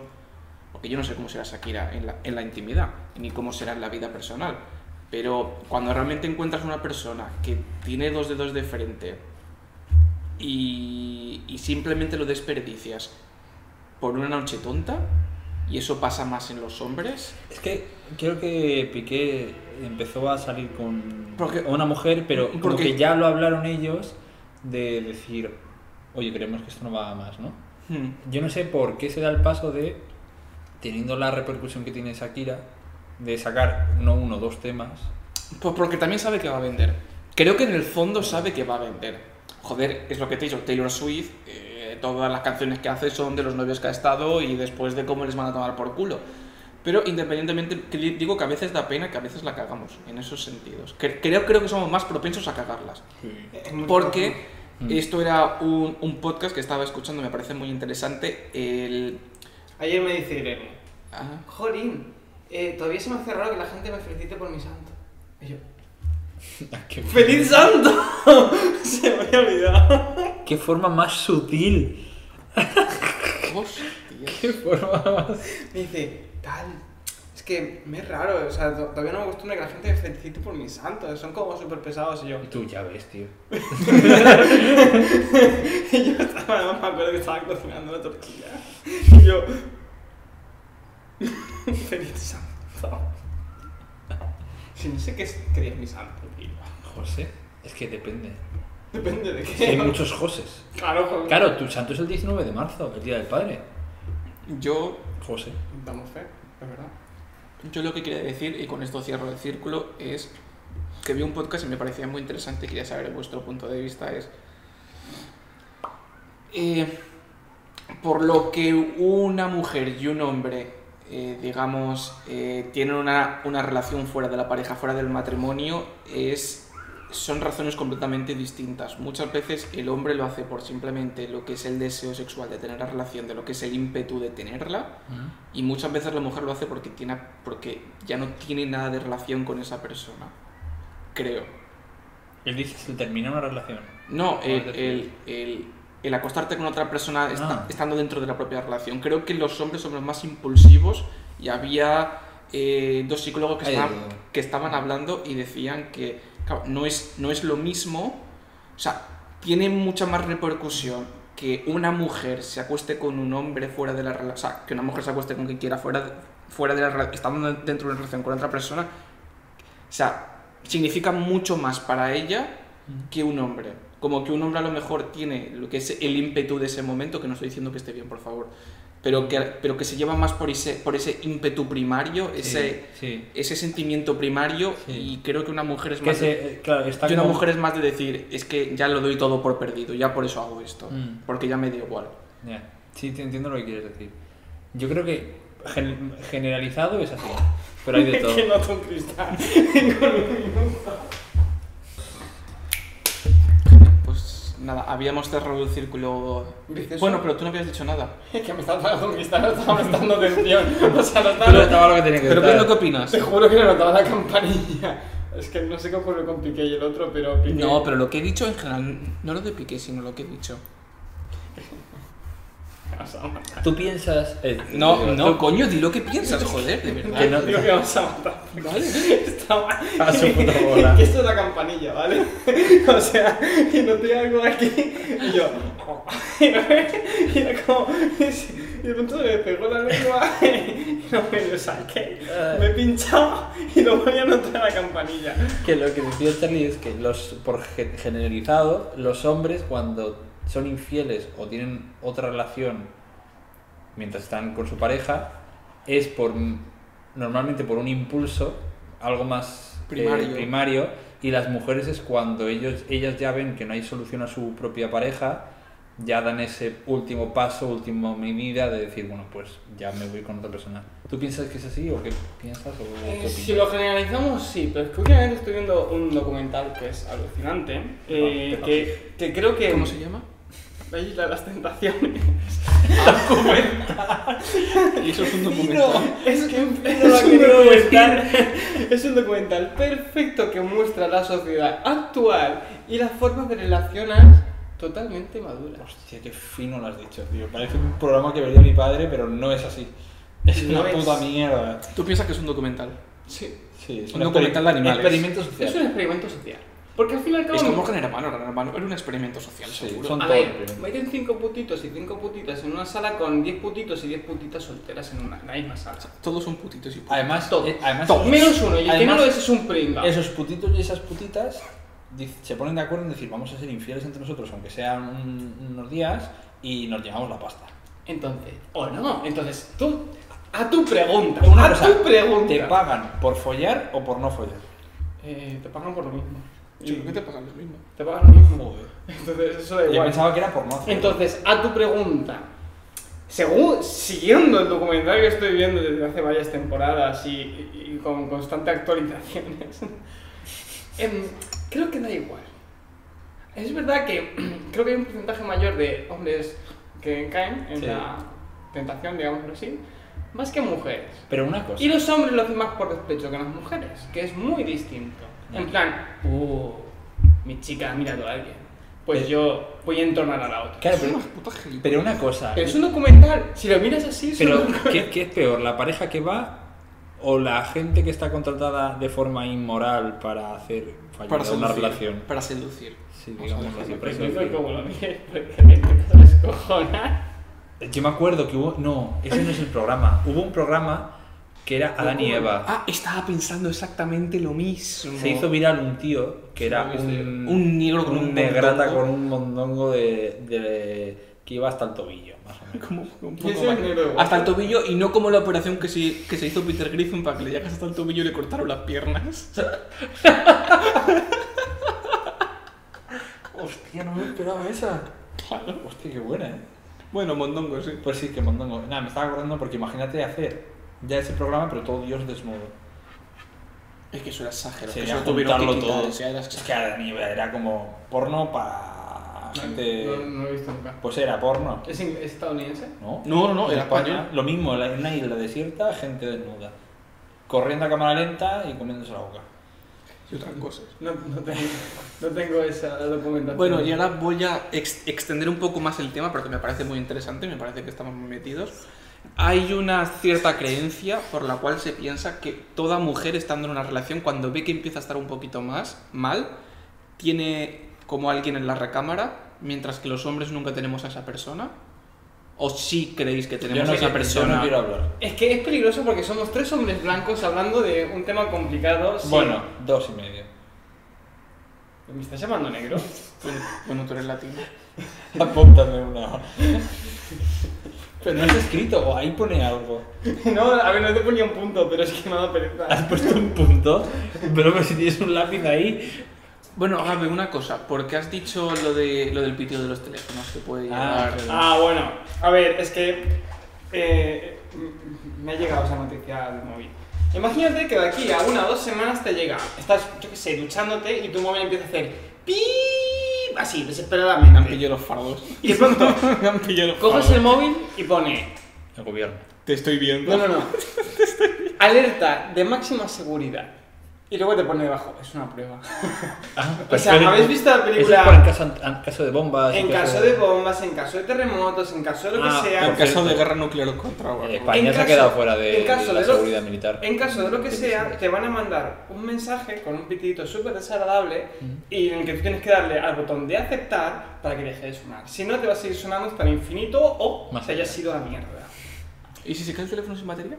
porque yo no sé cómo será Shakira en la, en la intimidad, ni cómo será en la vida personal, pero cuando realmente encuentras una persona que tiene dos dedos de frente, y, y simplemente lo desperdicias por una noche tonta, ¿Y eso pasa más en los hombres?
Es que creo que Piqué empezó a salir con
Porque-
una mujer, pero como
porque-
que ya lo hablaron ellos de decir, oye, creemos que esto no va a más, ¿no?
Hmm.
Yo no sé por qué se da el paso de, teniendo la repercusión que tiene Shakira, de sacar no uno, dos temas.
Pues porque también sabe que va a vender. Creo que en el fondo sabe que va a vender. Joder, es lo que te he dicho, Taylor Swift, eh, todas las canciones que hace son de los novios que ha estado y después de cómo les van a tomar por culo. Pero independientemente, que di- digo que a veces da pena que a veces la cagamos, en esos sentidos. Cre- Creo, creo que somos más propensos a cagarlas.
[LAUGHS]
Es muy
Porque
poco.
Mm.
esto era un, un podcast que estaba escuchando, me parece muy interesante. El...
Ayer me dice Irene,
ah,
Jolín, eh, todavía se me hace raro que la gente me felicite por mi santo. Y yo,
¿Qué,
¡Feliz santo! [LAUGHS] se me había olvidado.
qué forma más sutil!
hostia.
¡Qué forma más...
Me dice, tal, es que me es raro, o sea, to- todavía no me acostumbro a que la gente me felicite por mi santo, son como súper pesados y yo. [LAUGHS]
Y tú ya ves, tío.
Y yo estaba, me acuerdo que estaba cocinando una tortilla. Y yo. [LAUGHS] Feliz santo. Si no sé qué es- qué día es mi santo, tío.
José, es que
[LAUGHS]
depende.
Depende de
Es que
qué.
hay muchos Joses.
Claro, joder.
Claro, tu santo es el 19 de marzo, el Día del Padre.
Yo
José.
Damos fe, es verdad.
Yo lo que quería decir, y con esto cierro el círculo, es que vi un podcast y me parecía muy interesante y quería saber vuestro punto de vista. Es. eh, por lo que una mujer y un hombre, eh, digamos, eh, tienen una, una relación fuera de la pareja, fuera del matrimonio, es son razones completamente distintas. Muchas veces el hombre lo hace por simplemente lo que es el deseo sexual de tener la relación, de lo que es el ímpetu de tenerla, y muchas veces la mujer lo hace porque, tiene, porque ya no tiene nada de relación con esa persona. Creo.
Él dice se termina una relación.
No, el,
Joder,
el, el- el acostarte con otra persona esta-
Ah.
estando dentro de la propia relación. Creo que los hombres son los más impulsivos y había eh, dos psicólogos que
Ay,
estaban,
ay, ay.
que estaban hablando y decían que claro, no, es, no es lo mismo. O sea, tiene mucha más repercusión que una mujer se acueste con un hombre fuera de la relación. O sea, que una mujer se acueste con quien quiera fuera de, fuera de la rela- estando dentro de una relación con otra persona. O sea, significa mucho más para ella que un hombre. Como que un hombre a lo mejor tiene lo que es el ímpetu de ese momento, que no estoy diciendo que esté bien, por favor, pero que, pero que se lleva más por ese, por ese ímpetu primario, ese,
Sí.
ese sentimiento primario,
Sí.
y creo que una mujer es
Que
más... de-
se, eh, claro, está
que una
como-
mujer es más de decir, es que ya lo doy todo por perdido, ya por eso hago esto,
Mm.
porque ya me da igual.
Ya. Sí, te entiendo lo que quieres decir. Yo creo que gen- generalizado es así, pero hay de
[LAUGHS]
todo.
que noto un cristal.
Pues nada, habíamos cerrado el círculo...
Vicioso.
Bueno, pero tú no habías dicho nada.
Es que me estaba pagando un cristal, no estaba prestando atención. O sea, no
Tú lo
estaba.
estaba lo que tenía que
¿Pero qué es lo que
estar.
opinas?
[LAUGHS] Te juro que no notaba la campanilla. Es que no sé qué ocurrió con Piqué y el otro, pero Piqué.
No, pero lo que he dicho en general, no lo de Piqué, sino lo que he dicho.
Vamos a matar.
Tú piensas... eh,
No,
eh,
no,
tú-
coño, di lo que piensas, joder, de
Ah,
verdad.
no,
Digo que vamos a matar.
Vale.
Está mal.
[LAUGHS] A su puta bola.
Que [LAUGHS] esto es la campanilla, ¿vale? [LAUGHS] O sea, y noté algo aquí y yo. [LAUGHS] Y era como. Y de pronto me pegó la lengua [LAUGHS] y no me lo saqué. Me he pinchado y lo voy a notar a la campanilla.
Que lo que decía Charlie es que los, por ge- generalizado, los hombres cuando son infieles o tienen otra relación mientras están con su pareja, es por un- normalmente por un impulso, algo más eh,
Primario.
primario, y las mujeres es cuando ellos, ellas ya ven que no hay solución a su propia pareja, ya dan ese último paso, última medida de decir, bueno, pues ya me voy con otra persona. ¿Tú piensas que es así o qué piensas? O qué
Eh,
opinas?
Si lo generalizamos, sí, pero es que últimamente estoy viendo un documental que es alucinante, eh,
Ah,
que, que creo que...
¿Cómo se llama?
La isla de las tentaciones.
Y eso es un
No,
documento.
[LAUGHS] es, que es,
lo
un
que quiero
documental, es un documental perfecto que muestra la sociedad actual y las formas de relaciones totalmente maduras.
Hostia, qué fino lo has dicho, tío. Parece un programa que vería mi padre, pero no es así. Es
No
una
es.
puta mierda.
Tú piensas que es un documental.
Sí.
Sí, es
Un documental de
experim-
animales.
experimento
Es un
social.
experimento social. Porque al fin y al cabo.
Es como Gran Hermano, Gran Hermano era un experimento social,
Sí,
seguro.
son-
A
todo
ver,
experimento.
meten 5 putitos y 5 putitas en una sala con 10 putitos y 10 putitas solteras en una en la misma sala.
Todos son putitos y putitos.
Además,
Todo.
eh, además
Todo.
Menos uno, y el que no
Además,
lo es es un pringa.
esos putitos y esas putitas dic- se ponen de acuerdo en decir vamos a ser infieles entre nosotros, aunque sean un- unos días, y nos llevamos la pasta.
Entonces, o no, entonces tú, a tu pregunta,
Una
a
cosa,
tu pregunta.
¿Te pagan por follar o por no follar?
Eh, te pagan por lo mismo.
Yo creo
Y
que te pagan lo mismo.
te pagan lo mismo. [LAUGHS] Entonces, eso da
Yo
igual.
pensaba que era por no hacerlo.
Entonces, a tu pregunta, según, siguiendo el documental que estoy viendo desde hace varias temporadas y, y- y con constantes actualizaciones, [LAUGHS] em, creo que da igual. Es verdad que [CLEARS THROAT] creo que hay un porcentaje mayor de hombres que caen en
Sí.
la tentación, digámoslo así, más que mujeres.
Pero una cosa.
Y los hombres lo hacen más por despecho que las mujeres, que es muy distinto. En plan, uh, mi chica ha mirado a alguien. Pues
Pero-
yo voy a entornar a la otra.
Claro,
Son
pero,
unas putas gilipollas.
pero una cosa.
Pero es un documental, si lo miras así, es
[LAUGHS]
un
Pero,
documental.
¿qué, qué es peor? ¿La pareja que va o la gente que está contratada de forma inmoral para hacer fallar
Para
una
seducir.
relación?
Para seducir.
Sí,
Vamos a
digamos
dejarlo.
así, para
Pues yo soy
seducir.
como lo dije, porque me empezó a descojonar.
Yo me acuerdo que hubo. No, ese no es el programa. Hubo un programa que era Adán y Eva.
Ah, estaba pensando exactamente lo mismo.
Se hizo viral un tío que era
Sí, lo he visto
un.
Un negro con un
negrata
mondongo.
con un mondongo de, de- que iba hasta el tobillo, más o
[LAUGHS] [LAUGHS]
menos.
Como- como un
Y
poco
ese
más.
negro guapo.
hasta el tobillo y no como la operación que se, que se hizo Peter Griffin para que le llegas hasta el tobillo y le cortaron las piernas. [LAUGHS]
Hostia, no me esperaba esa.
Claro.
Hostia, qué buena, eh.
Bueno, mondongo, sí.
Pues sí, que mondongo. Nada, me estaba acordando porque imagínate hacer ya ese programa, pero todo Dios desnudo.
Es que eso era exagerado. que
Sería
eso tuvieron que
juntarlo
quitar,
todo.
o sea, era
Es que Adán y Eva era como porno para gente.
No, no lo he visto nunca.
Pues era porno,
¿Es, ing- es estadounidense?
¿no?
No, no, no,
En
era
España,
español.
Lo mismo, en la- en una isla desierta, gente desnuda. Corriendo a cámara lenta y comiéndose la boca.
Y otras cosas.
No, no, tengo, no tengo esa documentación.
Bueno, y ahora voy a ex- extender un poco más el tema porque me parece muy interesante, me parece que estamos muy metidos. Hay una cierta creencia por la cual se piensa que toda mujer estando en una relación, cuando ve que empieza a estar un poquito más mal, tiene como alguien en la recámara, mientras que los hombres nunca tenemos a esa persona. ¿O sí creéis que tenemos
Yo
a
no sé,
esa
yo
persona?
no quiero hablar.
Es que es peligroso porque somos tres hombres blancos hablando de un tema complicado. sin-
Bueno, dos y medio. [LAUGHS]
¿Me estás llamando negro?
Bueno, Bueno, tú eres latino.
Apúntame una. Pero no has escrito, o ahí pone algo.
No, a ver, no te ponía un punto, pero es que me ha dado pereza.
Has puesto un punto, pero si tienes un lápiz ahí.
Bueno, Gabe, una cosa, porque has dicho lo, de, lo del pitido de los teléfonos que puede
Ah,
llevar...
claro.
Ah, bueno. A ver, es que eh, m- me ha llegado esa noticia del móvil. Imagínate que de aquí a una o dos semanas te llega. Estás, yo qué sé, duchándote y tu móvil empieza a hacer ¡pip! Así,
Me han
desesperadamente.
pillado los fardos. [LAUGHS]
Y de pronto
[LAUGHS]
Me han pillado los
coges
Ah,
fardos.
el móvil y pone
El gobierno.
Te estoy viendo.
No, no,
[LAUGHS]
no. Alerta de máxima seguridad. Y luego te pone debajo, es una prueba.
Ah,
O
Pues
sea, ¿habéis visto la película?
En caso, en caso de bombas.
En
y Eh, cosas-
caso de bombas, en caso de terremotos, en caso de lo que
Ah,
sea.
En
Por
caso
cierto.
de guerra nuclear contra
Eh,
Europa.
España
En
se ha
caso-
quedado fuera de,
en caso
la
de lo-
seguridad militar.
En caso de lo que sea, te van a mandar un mensaje con un pitidito súper desagradable y en el que tú tienes que darle al botón de aceptar para que deje de sonar. Si no, te va a seguir sonando hasta el infinito o
Más
te haya
allá.
sido la mierda.
¿Y si se cae el teléfono sin batería?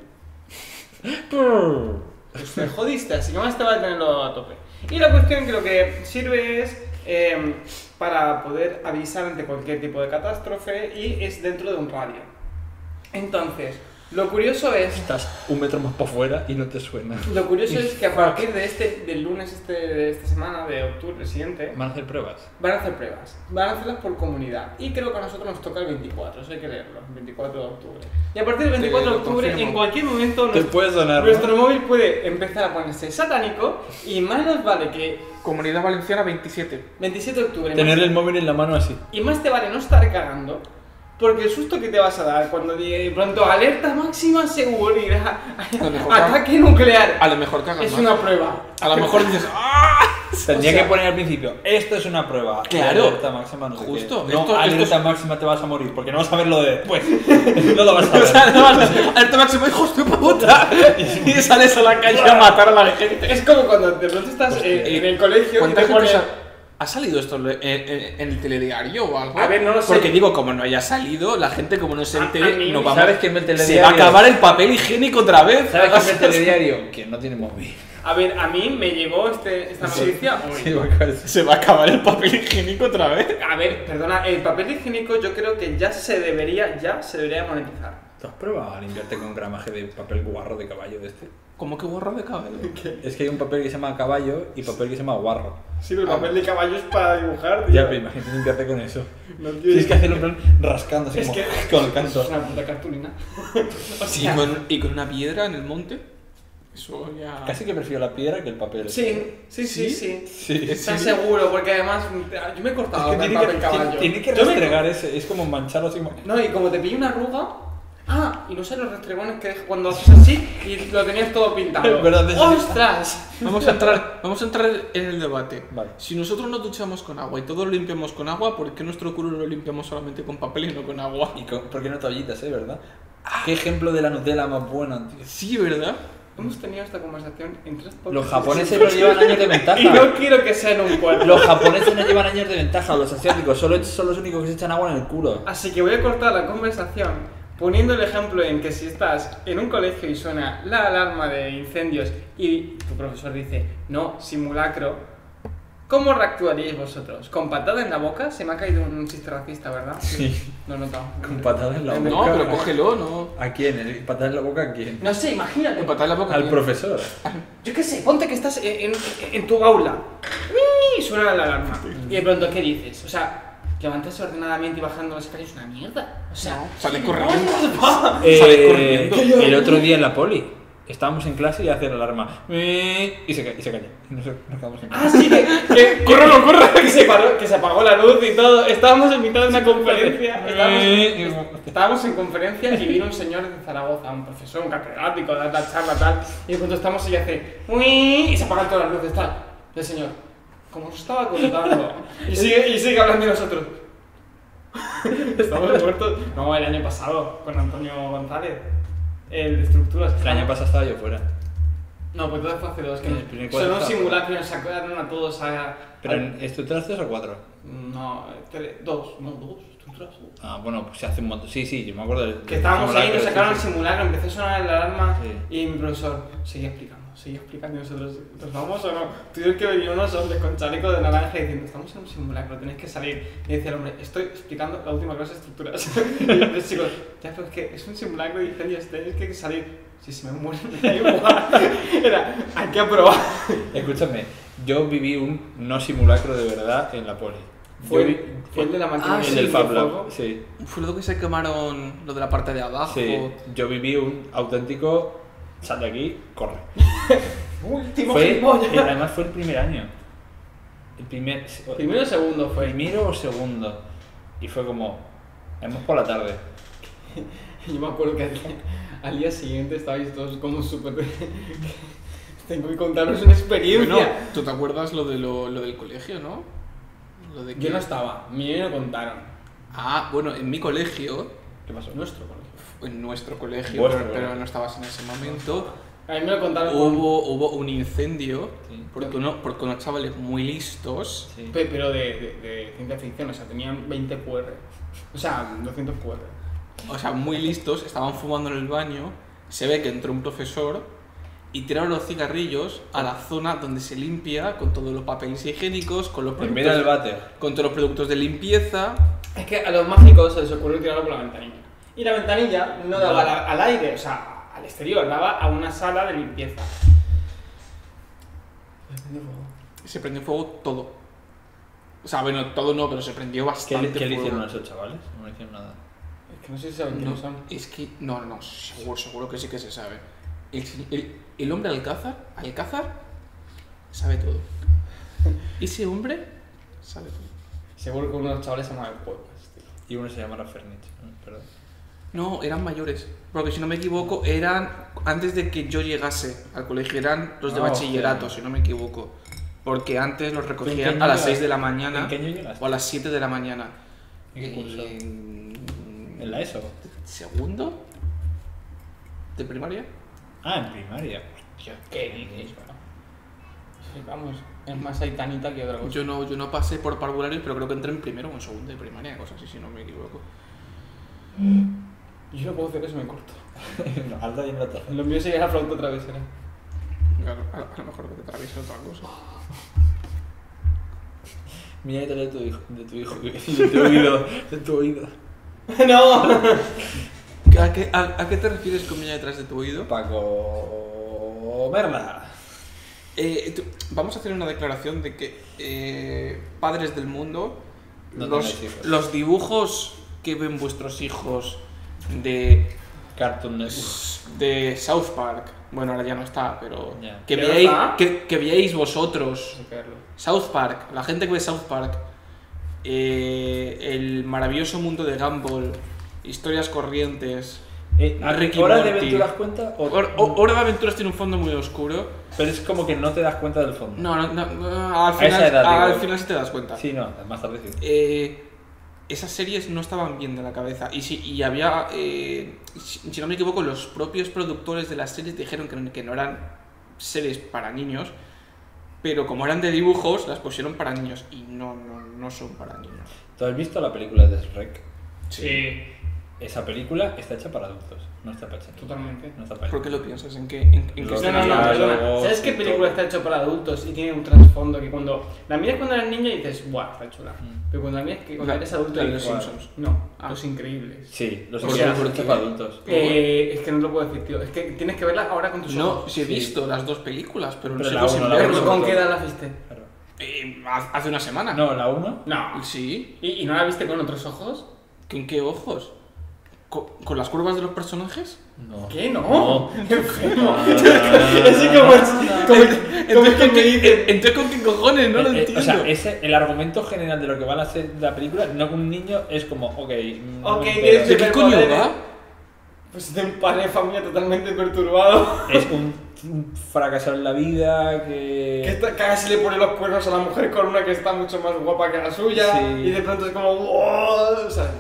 Pues te jodiste, así que más te va a tenerlo a tope. Y la cuestión que lo que sirve es eh, para poder avisar ante cualquier tipo de catástrofe y es dentro de un radio. Entonces, lo curioso es
Estás un metro más para afuera y no te suena.
Lo curioso es que a partir de este, del lunes este, de esta semana, de octubre siguiente,
Van a hacer pruebas.
van a hacer pruebas. Van a hacerlas por comunidad. Y creo que a nosotros nos toca el 24, eso hay que leerlo, el 24 de octubre. Y a partir del 24 de
lo
octubre,
confirmo.
en cualquier momento,
Te
nuestro,
puede sonar.
nuestro móvil puede empezar a ponerse satánico y más nos vale que
Comunidad Valenciana 27.
27 de octubre...
Tener
más-
el móvil en la mano
[LAUGHS]
así.
Y más te vale no estar cagando. Porque el susto que te vas a dar cuando diga de pronto alerta máxima seguridad,
A lo mejor-
"Ah, ataque nuclear,
A lo mejor cagas
es
más.
una prueba. [LAUGHS]
A lo mejor dices, ¡ah!
Tendría
O sea-
que poner al principio, esto es una prueba.
Claro.
Alerta máxima, no sé
Justo.
qué. No,
Esto-
alerta
esto es-
máxima te vas a morir, porque no vas a ver lo de [LAUGHS] después. no lo vas a
O sea,
ver.
además, Alberto Máximo, hijos de puta.
[LAUGHS]
Y sales a la calle a matar a la gente.
Es como cuando de pronto estás eh, en,
Hostia.
en el colegio y
¿Cuánta
te
gente
pones.
ha, ha salido esto en, en- en el telediario o algo?
A ver, no lo sé.
Porque digo, como no haya salido, la gente como no se
A-
entere,
a mí-
no vamos.
¿Sabes quién ve el
Se va a
telediario?
acabar el papel higiénico otra vez. [LAUGHS]
¿Sabes qué es el telediario? Que no tiene móvil.
A ver, a mí me llegó este, esta noticia hoy.
Sí, me acuerdo.
Se va a acabar el papel higiénico otra vez.
A ver, perdona, el papel higiénico yo creo que ya se debería, ya se debería monetizar.
¿Tú has probado a limpiarte con gramaje de papel guarro de caballo de este?
¿Cómo que borra de cabello? [LAUGHS]
Es que hay un papel que se llama caballo y papel que se llama guarro.
Sí, pero el papel de caballo es para dibujar. tío.
Ya, pero imagínate limpiarte con eso.
No, tío,
Tienes que hacerlo en plan
[LAUGHS]
rascándose
Es
como
que
[LAUGHS] con el
es
canto.
una puta
[LAUGHS]
cartulina. O
Y
sea,
con, y con una piedra en el monte. Eso ya.
Casi que prefiero la piedra que el papel.
sí, sí, sí,
¿Sí?
sí.
Sí.
Estás seguro, porque además yo me he cortado
Es que
el
tiene que,
papel caballo.
tiene que
Yo me-
restregar ese, es como mancharlo así como...
No, y como te pillé una arruga. Ah, y no sé los restregones que dejas cuando haces así y lo tenías todo pintado.
[LAUGHS] Es verdad, es-
¡Ostras!
Vamos a entrar, vamos a entrar en el debate.
Vale.
Si nosotros nos duchamos con agua y todo lo limpiamos con agua, ¿por qué nuestro culo lo limpiamos solamente con papel y no con agua? [LAUGHS]
¿Y con- por qué no toallitas, eh, verdad? ¿Qué ejemplo de la Nutella más buena, tío?
Sí, ¿verdad?
Hemos tenido esta conversación en tres podcasts.
Los
[LAUGHS]
japoneses no llevan años de
Y no
ventaja.
quiero que sea en un
[LAUGHS]
cuarto.
Los japoneses no llevan años de ventaja, los asiáticos. Solo son los únicos que se echan agua en el culo.
Así que voy a cortar la conversación poniendo el ejemplo en que si estás en un colegio y suena la alarma de incendios y tu profesor dice no, simulacro, ¿cómo reactuaríais vosotros? ¿Con patada en la boca? Se me ha caído un chiste racista, ¿verdad?
Sí.
No he notado.
Con patada en la boca.
No, pero cógelo, ¿no?
¿A quién? ¿El patada en la boca a quién?
No sé, imagínate.
Empatar la boca.
Al
bien.
profesor.
Yo qué sé, ponte que estás en, en- en tu aula. Y suena la alarma. Y de pronto, ¿qué dices? O sea, levantarse ordenadamente y bajando las calles es una mierda. O sea,
Sale corriendo. Sale
Eh,
corriendo.
el otro día en la poli. Estábamos en clase y hace la alarma. Eh, Y se, ca- y se calla. Y nos, nos quedamos en clase.
Así que, que corre, corre, que se, paró, que se apagó la luz y todo. Estábamos en mitad de una conferencia.
Eh,
Ah, Estábamos, este estábamos en conferencia y vino un señor de Zaragoza, un profesor, un catedrático, da tal charla, tal. Y cuando estamos y hace "Uii", y se apagan todas las luces, tal. Y el señor, como os estaba
[LAUGHS]
contando. Y sigue, y sigue hablando de nosotros. [LAUGHS] Estamos muertos. No, el año pasado, con Antonio González, el de estructuras.
El año pasado estaba yo fuera.
No, pues entonces fue hace dos que
En el primer
no. Son un
cuadro.
simulacro y nos sacaron a todos a.
Pero
a-
en estructuras tres o cuatro.
No, tres, dos, no, dos, estructuras. dos.
Ah, bueno, pues se hace un montón. Sí, sí, yo me acuerdo del.
Que estábamos ahí, nos sacaron el
el
simulacro, empezó a sonar la alarma
Sí.
y mi profesor seguía explicando, seguía explicando y nosotros, ¿nos vamos o no? Tuvieron que venir unos hombres con chaleco de naranja diciendo, estamos en un simulacro, tenéis que salir. Y decía el hombre, estoy explicando la última clase de estructuras. [LAUGHS] y los chicos, ya, pero es que es un simulacro y incendios, tenéis que salir. Si se me mueren, me da igual. [LAUGHS] Era, hay que aprobar.
Escúchame, yo viví un no simulacro de verdad en la poli.
Fue,
Yo vi-
el- fue el de la máquina
Ah,
el
sí,
del
de
Fab Lab,
fuego.
Sí,
Fue lo que se quemaron lo de la parte de abajo.
sí. Yo viví un auténtico. Sal de aquí, corre.
Último
Fue, eh,
gilipollas.
además fue el primer año. El primer.
Primero o segundo fue.
primero o segundo. Y fue como, hemos por la tarde.
[LAUGHS] Yo me acuerdo que al día, al día siguiente estabais todos como súper... [LAUGHS] Tengo que contaros una experiencia.
Bueno, tú te acuerdas lo, de lo, lo del colegio, ¿no? Lo de que-
Yo no estaba, mi me lo contaron.
Ah, bueno, en mi colegio,
¿Qué pasó?
Nuestro colegio.
en nuestro colegio,
Vuestro
pero, pero
colegio. Ah,
no estabas en ese momento,
A mí me lo contaron con-
hubo, hubo un incendio
Sí.
porque, uno, porque unos chavales muy listos.
Sí.
Pe- Pero de, de, de ciencia ficción, o sea, tenían 20 QR. O sea, 200 QR.
O sea, muy listos, estaban fumando en el baño, se ve que entró un profesor y tiraron los cigarrillos a la zona donde se limpia con todos los papeles higiénicos, con los
En vez del
productos,
váter.
con todos los productos de limpieza.
Es que a los mágicos se les ocurrió tirarlo por la ventanilla. Y la ventanilla no daba
Vale.
al- al aire, o sea, al exterior, daba a una sala de limpieza.
Se prendió fuego todo. O sea, bueno, todo no, pero se prendió
¿Qué,
bastante
le- qué le
fuego.
hicieron a esos chavales? No le hicieron nada.
Es que no sé si saben
No,
quiénes son.
es que, no, no, seguro, seguro que sí que se sabe. El, se- el- el hombre Alcázar, Alcázar, sabe todo. Ese hombre sabe todo.
Seguro que uno de los chavales se llama el podcast, tío.
Y uno se llamaba Fernich. ¿no? Perdón.
No, eran mayores. Porque si no me equivoco, eran antes de que yo llegase al colegio, eran los de
Ah,
bachillerato,
hostia.
si no me equivoco. Porque antes los
¿En qué
recogían
año
a las
llegaste?
6 de la mañana
¿En qué año llegaste?
o a las 7 de la mañana.
¿En qué curso?
En-
¿En la ESO?
¿Segundo? ¿De primaria?
Ah, en primaria.
¿Qué dices? Vamos, es más saitanita que otra cosa.
Yo no, yo no pasé por parvularios, pero creo que entré en primero o en segundo de primaria, cosas así, si no me equivoco.
Yo no puedo hacer eso, me corto.
[LAUGHS] No, alta y en la taza.
[LAUGHS] Lo mío sería la flauta ¿eh? travesera.
Claro, a, a lo mejor que te atraviesa otra cosa.
Mira detrás de tu hijo, de tu hijo, [LAUGHS] de tu oído, de tu [LAUGHS] oído.
¡No!
¿A qué, a- a qué te refieres con milla detrás de tu oído?
Paco Merla.
Eh, tú- vamos a hacer una declaración de que eh, padres del mundo,
No
los,
tengáis hijos.
los dibujos que ven vuestros hijos de,
Cartoon Network.
de South Park, bueno, ahora ya no está, pero
Ya.
que,
¿Ya no
veáis,
está?
que, que veáis vosotros
Sacarlo.
South Park, la gente que ve South Park, eh, el maravilloso mundo de Gumball, historias corrientes.
Eh,
Ricky
¿Hora de
Morty.
aventuras cuenta? O...
Hor- Hor- Hora de Aventuras tiene un fondo muy oscuro.
Pero es como que no te das cuenta del fondo.
No, no, no, no, al
esa
final,
edad,
al
digo.
final sí te das cuenta.
Sí, no, más tarde sí.
Eh, esas series no estaban bien de la cabeza. Y, si, y había, eh, si, si no me equivoco, los propios productores de las series dijeron que, no- que no eran series para niños, pero como eran de dibujos, las pusieron para niños. Y no, no, no son para niños.
¿Tú has visto la película de Shrek?
Sí,
Esa película está hecha para adultos, no está para chicos.
totalmente.
No está para
¿Por qué lo piensas? ¿En qué, en, en qué
Los
No,
escenario?
no, no,
Diálogos,
perdona. ¿Sabes qué
todo.
película está hecha para adultos y tiene un trasfondo que cuando la miras cuando eres niño dices, ¡buah, está chula!
Mm.
Pero cuando la miras que cuando
La-
eres adulto
la de
dices,
los
"Guau".
Simpsons.
No,
Ah.
Los Increíbles.
Sí, los
¿Por
Simpsons
qué?
están hechos para adultos.
Eh, es que no lo puedo decir, tío. Es que tienes que verla ahora con tus
No,
ojos.
si he
Sí.
visto las dos películas, pero,
Pero
no
la
sigo sin
uno, la
Pero,
uno.
verlo.
¿Con qué edad la viste?
Claro.
Eh, haz- hace una semana.
No, la 1.
No.
Sí.
¿Y, y no la viste con otros ojos?
¿Con qué ojos? ¿Con, con las curvas de los personajes?
No. Eh,
¿Qué? No. [LAUGHS]
No.
Enfermo. Así como es. Como, como es que me dicen.
Eh, entonces, ¿con qué cojones? No lo
Eh, eh,
entiendo.
O sea, ese, el argumento general de lo que va a ser la película, no que un niño es como, ok. mm,
Ok,
pero-
¿De qué coño va?
Pues de un padre de familia totalmente perturbado.
es un, un fracasado en la vida,
Que,
que.
está, casi le pone los cuernos a la mujer con una que está mucho más guapa que la suya.
Sí. Mm,
Y de pronto es como. "Wow", ¿Sabes?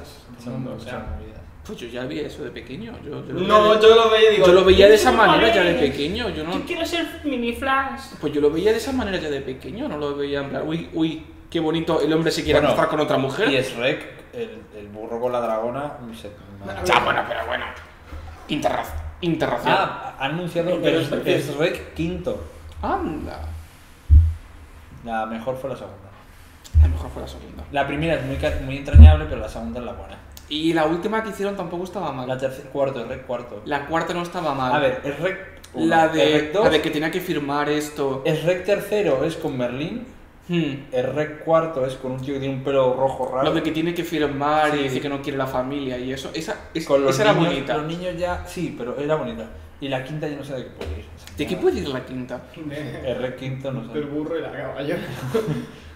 Son
O sea,
muchas movidas.
Pues yo ya vi eso de pequeño. Yo, yo lo veía
No,
de-
yo lo veía y digo.
yo lo
[LAUGHS]
veía de
"Yo
esa
soy
manera ya de
padre,
pequeño. Yo no.
Yo quiero ser mini flash.
Pues yo lo veía de esa manera ya de pequeño. No lo veía en plan, uy, uy, qué bonito el hombre se quiere
Bueno,
acostar con otra mujer.
Y es Rec, el, el burro con la dragona. mm, ah, no sé, madre.
Ya, bueno, pero bueno. Interra- interracial.
Ah, ha anunciado que
Pero
es,
es- es-
es Rec quinto.
Anda.
La mejor fue la segunda.
A lo mejor fue la segunda.
La primera es muy, ca- muy entrañable, pero la segunda es la buena.
Y la última que hicieron tampoco estaba
La
mal.
tercera, cuarto, es Rec cuarto.
Ah. La cuarta no estaba mal.
A ver, es Rec. uno,
la
es
de,
Rec
la
dos,
de que tenía que firmar esto.
es Rec tercero es con Merlín.
Hmm.
El Rec cuarto es con un tío que tiene un pelo rojo raro.
Lo de que tiene que firmar
Sí.
y dice que no quiere la familia y eso. Esa, es-
Con los
esa era
niños-
bonita.
Los niños ya. Sí, pero era bonita. Y la quinta yo no sé de qué puede ir. O sea,
¿De qué
no-
puede ir la quinta?
El Rec quinto no
Del
sé.
burro y la caballona.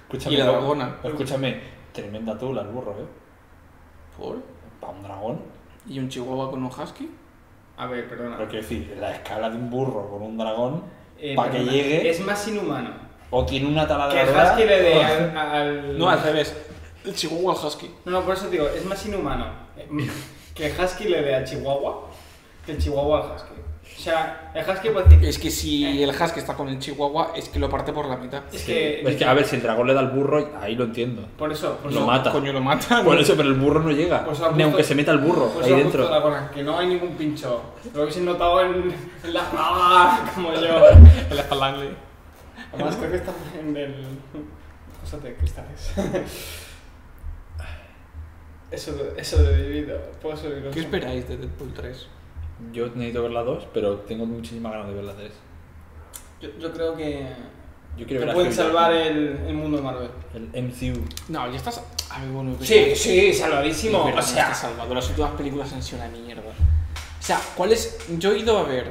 Escúchame,
Y la
no-
dragona.
Escúchame, tremenda tula el burro, ¿eh?
¿Por?
Para un dragón.
Ah.
¿Y un chihuahua con un husky?
A ver, perdona.
Pero quiero decir, la escala de un burro con un dragón,
Eh,
para que
perdona.
llegue,
Es más inhumano.
o tiene una pues,
Que el
taladradora.
husky le dé al, al-
No, al revés. El chihuahua al husky.
No, no, por eso digo, es más inhumano. eh, [LAUGHS] Que el husky le dé al chihuahua que el chihuahua al husky. O sea, el husky puede decir...
Es que si el husky está con el chihuahua, es que lo parte por la mitad.
Es
Sí.
que...
Es que, a ver, si el dragón le da al burro, ahí lo entiendo.
Por eso, por
Lo
eso.
mata.
Coño, lo mata.
[LAUGHS] Por eso, pero el burro no llega.
Ah, Pues ha
Ni
puesto-
aunque se meta el burro
Por
ahí
eso ha puesto
dentro.
la gorra, que no hay ningún pincho. Lo habéis notado en, en la ah, [LAUGHS] como yo.
El falange.
Además creo que está en el... Cosa de cristales. [LAUGHS] Eso, de- eso de vivido. Puedo subir
¿Qué esperáis de Deadpool 3?
Yo necesito ver la 2, pero tengo muchísimas ganas de ver la 3.
Yo, yo creo que...
Yo quiero
Que
ver la
pueden
Hellboy.
salvar el, el mundo Marvel.
El MCU.
No, ya estás. A ver, bueno,
Sí, sí, salvadísimo.
Pero
O sea,
está salvado. Las últimas películas han sido una mierda. O sea, ¿cuál es? Yo he ido a ver.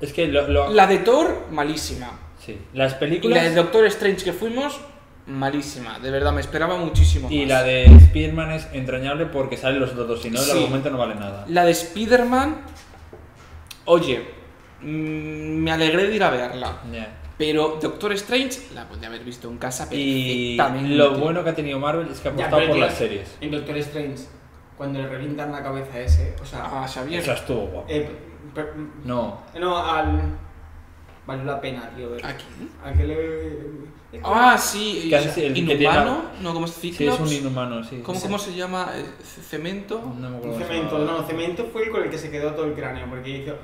Es que lo- lo-
La de Thor, malísima.
sí. las
Y la
películas
de Doctor Strange que fuimos, malísima. De verdad, me esperaba muchísimo.
y
más.
la de Spider-Man es entrañable porque salen los otros dos, si no, el
Sí.
argumento no vale nada.
La de Spider-Man. Oye, mm, me alegré de ir a verla.
Ya.
Pero Doctor Strange la podría haber visto en casa
Y
perfectamente.
lo bueno que ha tenido Marvel es que ha
Ya,
apostado
pero
por
tío,
las series.
En Doctor Strange, cuando le revientan la cabeza a ese, o sea.
Ah, Xavier.
Esa estuvo guapa.
eh, per-
No,
no, al. Valió la pena, tío. ver-
¿A quién?
Al que le.
Ah, sí.
Que hace el que tiene
Inhumano. No, ¿cómo es
sí, es
Cyclops?
un inhumano, sí.
¿Cómo,
Sí.
cómo se llama? Eh, c- ¿Cemento?
No me acuerdo. cómo se
Ah, Cemento,
llamaba.
no, cemento fue el con el que se quedó todo el cráneo, porque hizo. O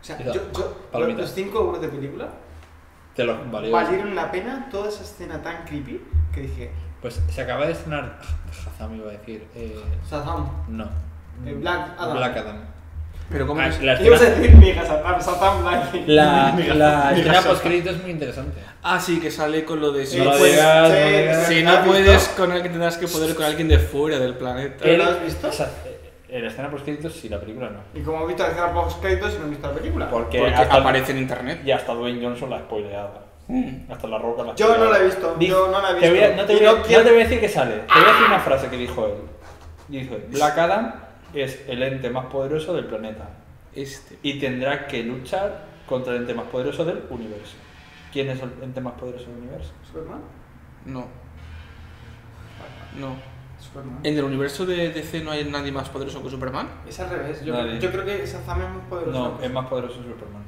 sea,
Hizo
yo, yo-
palomitas.
los 5 euros de película
Te lo valió.
valieron la pena toda esa escena tan creepy que dije,
Pues se acaba de estrenar. Hazam iba a decir. Eh,
Shazam.
no.
Eh, Black Adam.
Black Adam.
Pero ¿cómo
Ah,
es?
la
¿Qué ibas a
escena,
decir, mija, Shazam, Shazam Black?
[LAUGHS] la, la
Mija,
escena
Shazam.
postcrédito es muy interesante.
Ah, sí, que sale con lo de... Si
No
no,
la
pues,
puedes,
digas, no
sí,
la digas.
si
¿la has
no puedes
visto?
con alguien, tendrás que poder con alguien de fuera del planeta.
¿Pero la has visto?
Esa, eh, la escena postcrédito sí, la película no.
Y como he visto la escena post créditos y no he visto la película.
Porque,
Porque
hasta,
aparece en internet. Mm,
y hasta Dwayne Johnson la ha spoileado. Hasta la roca la
Yo no la he visto,
Dijo-
yo no la he
te voy a-
visto.
no, te
Y
voy a,
no
no
quiero- Ah.
te voy a decir que sale. Te voy a decir una frase que dijo él. Dijo, Black Adam es el ente más poderoso del planeta
Este.
y tendrá que luchar contra el ente más poderoso del universo. ¿Quién es el ente más poderoso del universo?
¿Superman?
No. No.
Superman.
¿En el universo de DC no hay nadie más poderoso que Superman?
Es al revés, yo,
Nadie.
yo creo que Shazam es muy poderoso.
No, es más poderoso Superman.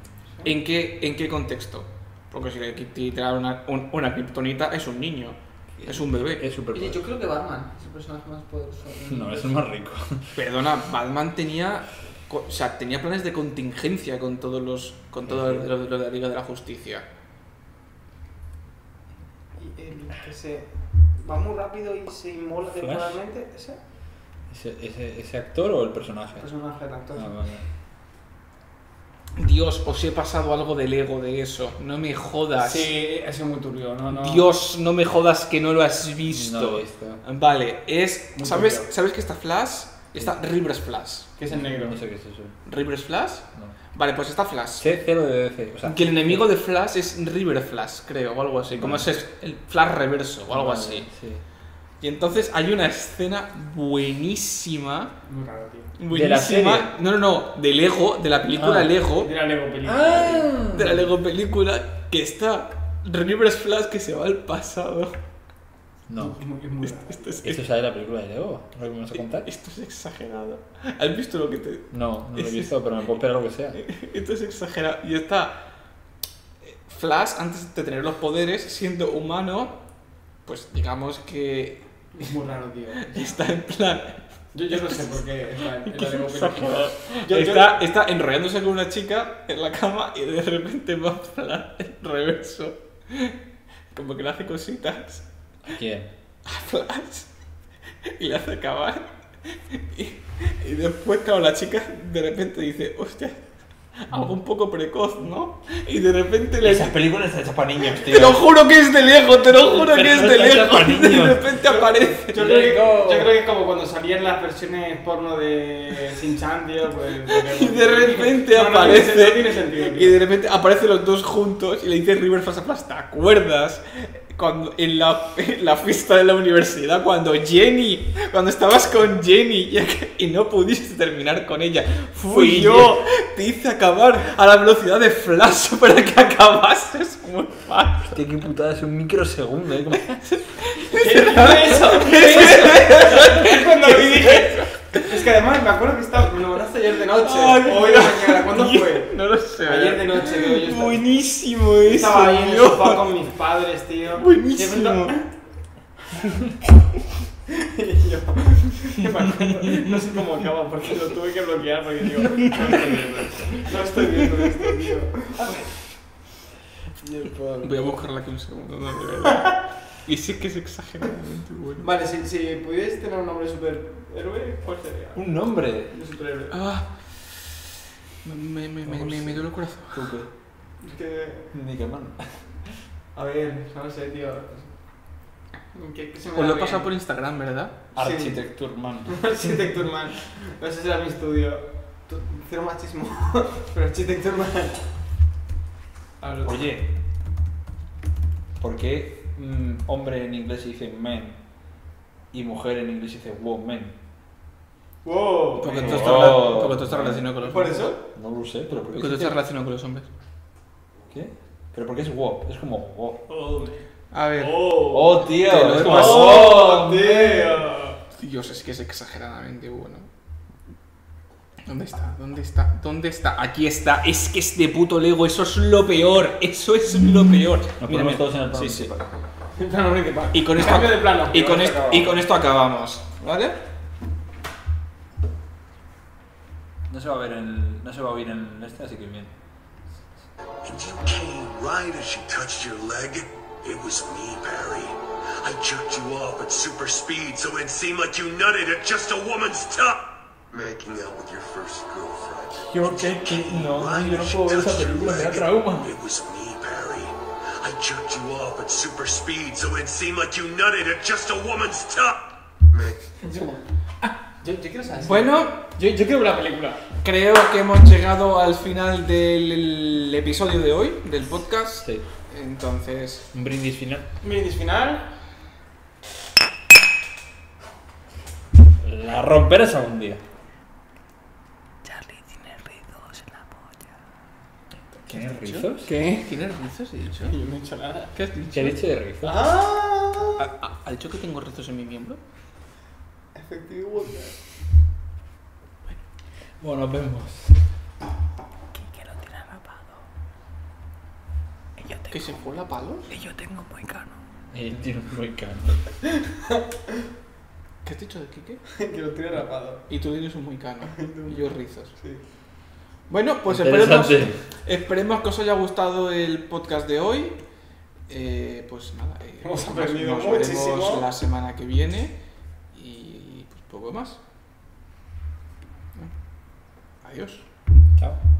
¿En qué, en qué contexto? Porque si le qui- te tirar una, un- una kriptonita es un niño, es un bebé.
Es super
Oye, yo creo que Batman es el personaje más poderoso. del
No, es
universo.
el más rico. [LAUGHS]
Perdona, Batman tenía, co- o sea, tenía planes de contingencia con todos los, con todo lo, lo- lo de la Liga de la Justicia.
Y el que se va muy rápido y se inmola
Flash.
temporalmente, ese
¿Ese, ese, ese actor o el personaje?
personaje del actor.
Ah, vale.
Dios, os he pasado algo del ego de eso. No me jodas.
Ah, Sí, ha sido muy turbio, no, no.
Dios, no me jodas que no lo has
No eh, lo
visto.
he visto.
vale, es,
Muy
¿sabes,
complicado.
¿sabes que está Flash? Está Rivers Flash.
Que es el negro.
No sé qué es eso.
¿Rivers Flash?
No.
Vale, pues está Flash.
Sé cero de DC. O sea,
Que el enemigo de Flash es River Flash, creo, o algo así. Como ese es el Flash reverso o algo
vale,
así.
sí.
Y entonces hay una escena buenísima.
Muy raro, tío.
buenísima
la serie?
No, no, no. De Lego, de la película
Ah.
Lego.
De la Lego película.
De la Lego película que está River Flash que se va al pasado.
No.
Es muy, es muy raro.
Esto es,
¿Esto sale de la película de Lego? ¿Lo que me vas a contar?
esto es exagerado. ¿Has visto lo que te.?
No, no lo he visto, pero me puedo esperar lo que sea.
[LAUGHS] Esto es exagerado. Y está eh, Flash, antes de tener los poderes, siendo humano, pues digamos que
Es muy raro, tío.
está en plan.
Yo, yo no sé por qué es la,
[LAUGHS]
es la Lego película.
Exagerado.
[LAUGHS] Yo- yo-
está, está enrollándose con una chica en la cama y de repente va para el reverso. Como que le hace cositas
¿Quién?
a Flash [LAUGHS] y le hace acabar. Y, y después, claro, la chica de repente dice, hostia, algo un poco precoz, ¿no? Y de repente le
Esas películas están hechas para niños, tío.
Te lo juro que es de lejos, te lo juro que
Pero
es
no
de
está hecha para
lejos. De
niños.
repente aparece.
Yo creo, que,
Lego.
yo creo que es como cuando salían las versiones porno de Sin Chandio, pues.
[LAUGHS] Y de repente
No, no, no,
aparece.
No, tiene sentido,
Y
tío.
de repente aparecen los dos juntos y le dice River Flash a Flash, ¿te acuerdas? Cuando, en, la, en la fiesta de la universidad, cuando Jenny, cuando estabas con Jenny y, y no pudiste terminar con ella, fui
Fui
yo, te hice acabar a la velocidad de Flash para que acabases muy mal.
Hostia, qué putada, es un microsegundo, ¿eh? Como-
¿Qué
[LAUGHS]
es eso? ¿Qué es eso? Es cuando lo vi dije. Es que además me acuerdo que estaba. Me lo mandaste ayer de noche.
Ay,
o hoy de mañana. ¿Cuándo fue?
No lo sé.
Ayer de noche, creo yo. estaba-
Buenísimo
Yo
eso.
estaba ahí en el
Dios.
sofá con mis
[LAUGHS]
padres, tío. Y de
Buenísimo.
pronto- [LAUGHS] Y yo, me acuerdo, no sé cómo acaba porque lo tuve que bloquear porque digo, no estoy viendo, no estoy viendo esto, tío.
Voy a buscarla aquí un segundo, no, de
[LAUGHS]
verdad. y sí que es exageradamente bueno.
Vale, si, si pudieses tener un nombre de superhéroe, ¿cuál sería?
[LAUGHS] Un nombre.
De superhéroe.
Ah, me, me, me, me, me duele el corazón.
¿Tú qué?
Es que,
Ni que mano.
a ver, no sé, tío. ¿Qué, qué se me
Os
da
lo he
bien?
pasado por Instagram, ¿verdad?
Architecture man.
[LAUGHS] Architecture Man. No sé si era mi estudio. Tú- Cero machismo. [LAUGHS] Pero Architecture Man. Hablo.
Oye, ¿por qué mm, hombre en inglés se dice men y mujer en inglés se dice woman?
Wow.
Porque
eh.
todo está,
Oh.
rela- porque todo está relacionado con los
¿Por
hombres.
eso?
No lo sé, pero ¿por
Porque
qué
todo
existe?
está relacionado con los hombres.
¿Qué? Pero porque es WOP, es como WOP.
Oh,
A ver.
oh,
Oh, tío,
Te lo
es
he
como
pasado.
"Oh,
tío.
Dios, es que es exageradamente bueno. ¿Dónde está? ¿Dónde está? ¿Dónde está? Aquí está. Es que es de puto Lego. Eso es lo peor. Eso es lo peor.
Nos
Mira, mira.
ponemos todos en el
Sí,
plano
sí.
principal.
En plan, hombre, que va.
Y con esto,
Cambio de plano.
y, con
Vamos,
esto, y
acabamos.
con esto acabamos. ¿Vale?
No se va a ver en, no se va a oír en este, así que bien.
And you came right as she touched your leg. It was me, Barry. I jerked you off at super speed so it seemed like you nutted at just a woman's top. Making out with your first girlfriend.
Yo qué, qué, no,
Right
yo no
as she
puedo ver esa
touched your
película, me da
leg,
trauma.
It was me, Barry. I jerked you off at super speed so it seemed like you nutted at just a woman's top. Make
Yo, yo quiero saber.
Bueno,
Yo, yo quiero ver la película.
creo que hemos llegado al final del episodio de hoy, del podcast.
Sí.
Entonces,
Un brindis final.
Minis final.
La romperás algún día. Charlie tiene rizos en la polla.
¿qué? ¿Tienes rizos? He dicho.
Yo no he hecho nada.
¿Qué has
¿Tiene rizos? ¿Qué ha dicho de rizos?
¡Ah!
¿Ha dicho que tengo rizos en mi miembro?
Efectivo.
Bueno, nos vemos.
¿Que se fue la palo?
Él tiene un buen cano.
¿Qué has dicho de Kike?
[LAUGHS] Que lo tiene rapado.
Y tú tienes un
[LAUGHS]
moicano. y yo rizos.
Sí.
Bueno, pues esperemos,
Interesante.
esperemos que os haya gustado el podcast de hoy. Eh, pues nada, eh,
Hemos
poco más.
aprendido
nos
muchísimo.
vemos la semana que viene y pues poco más. Adiós.
Chao.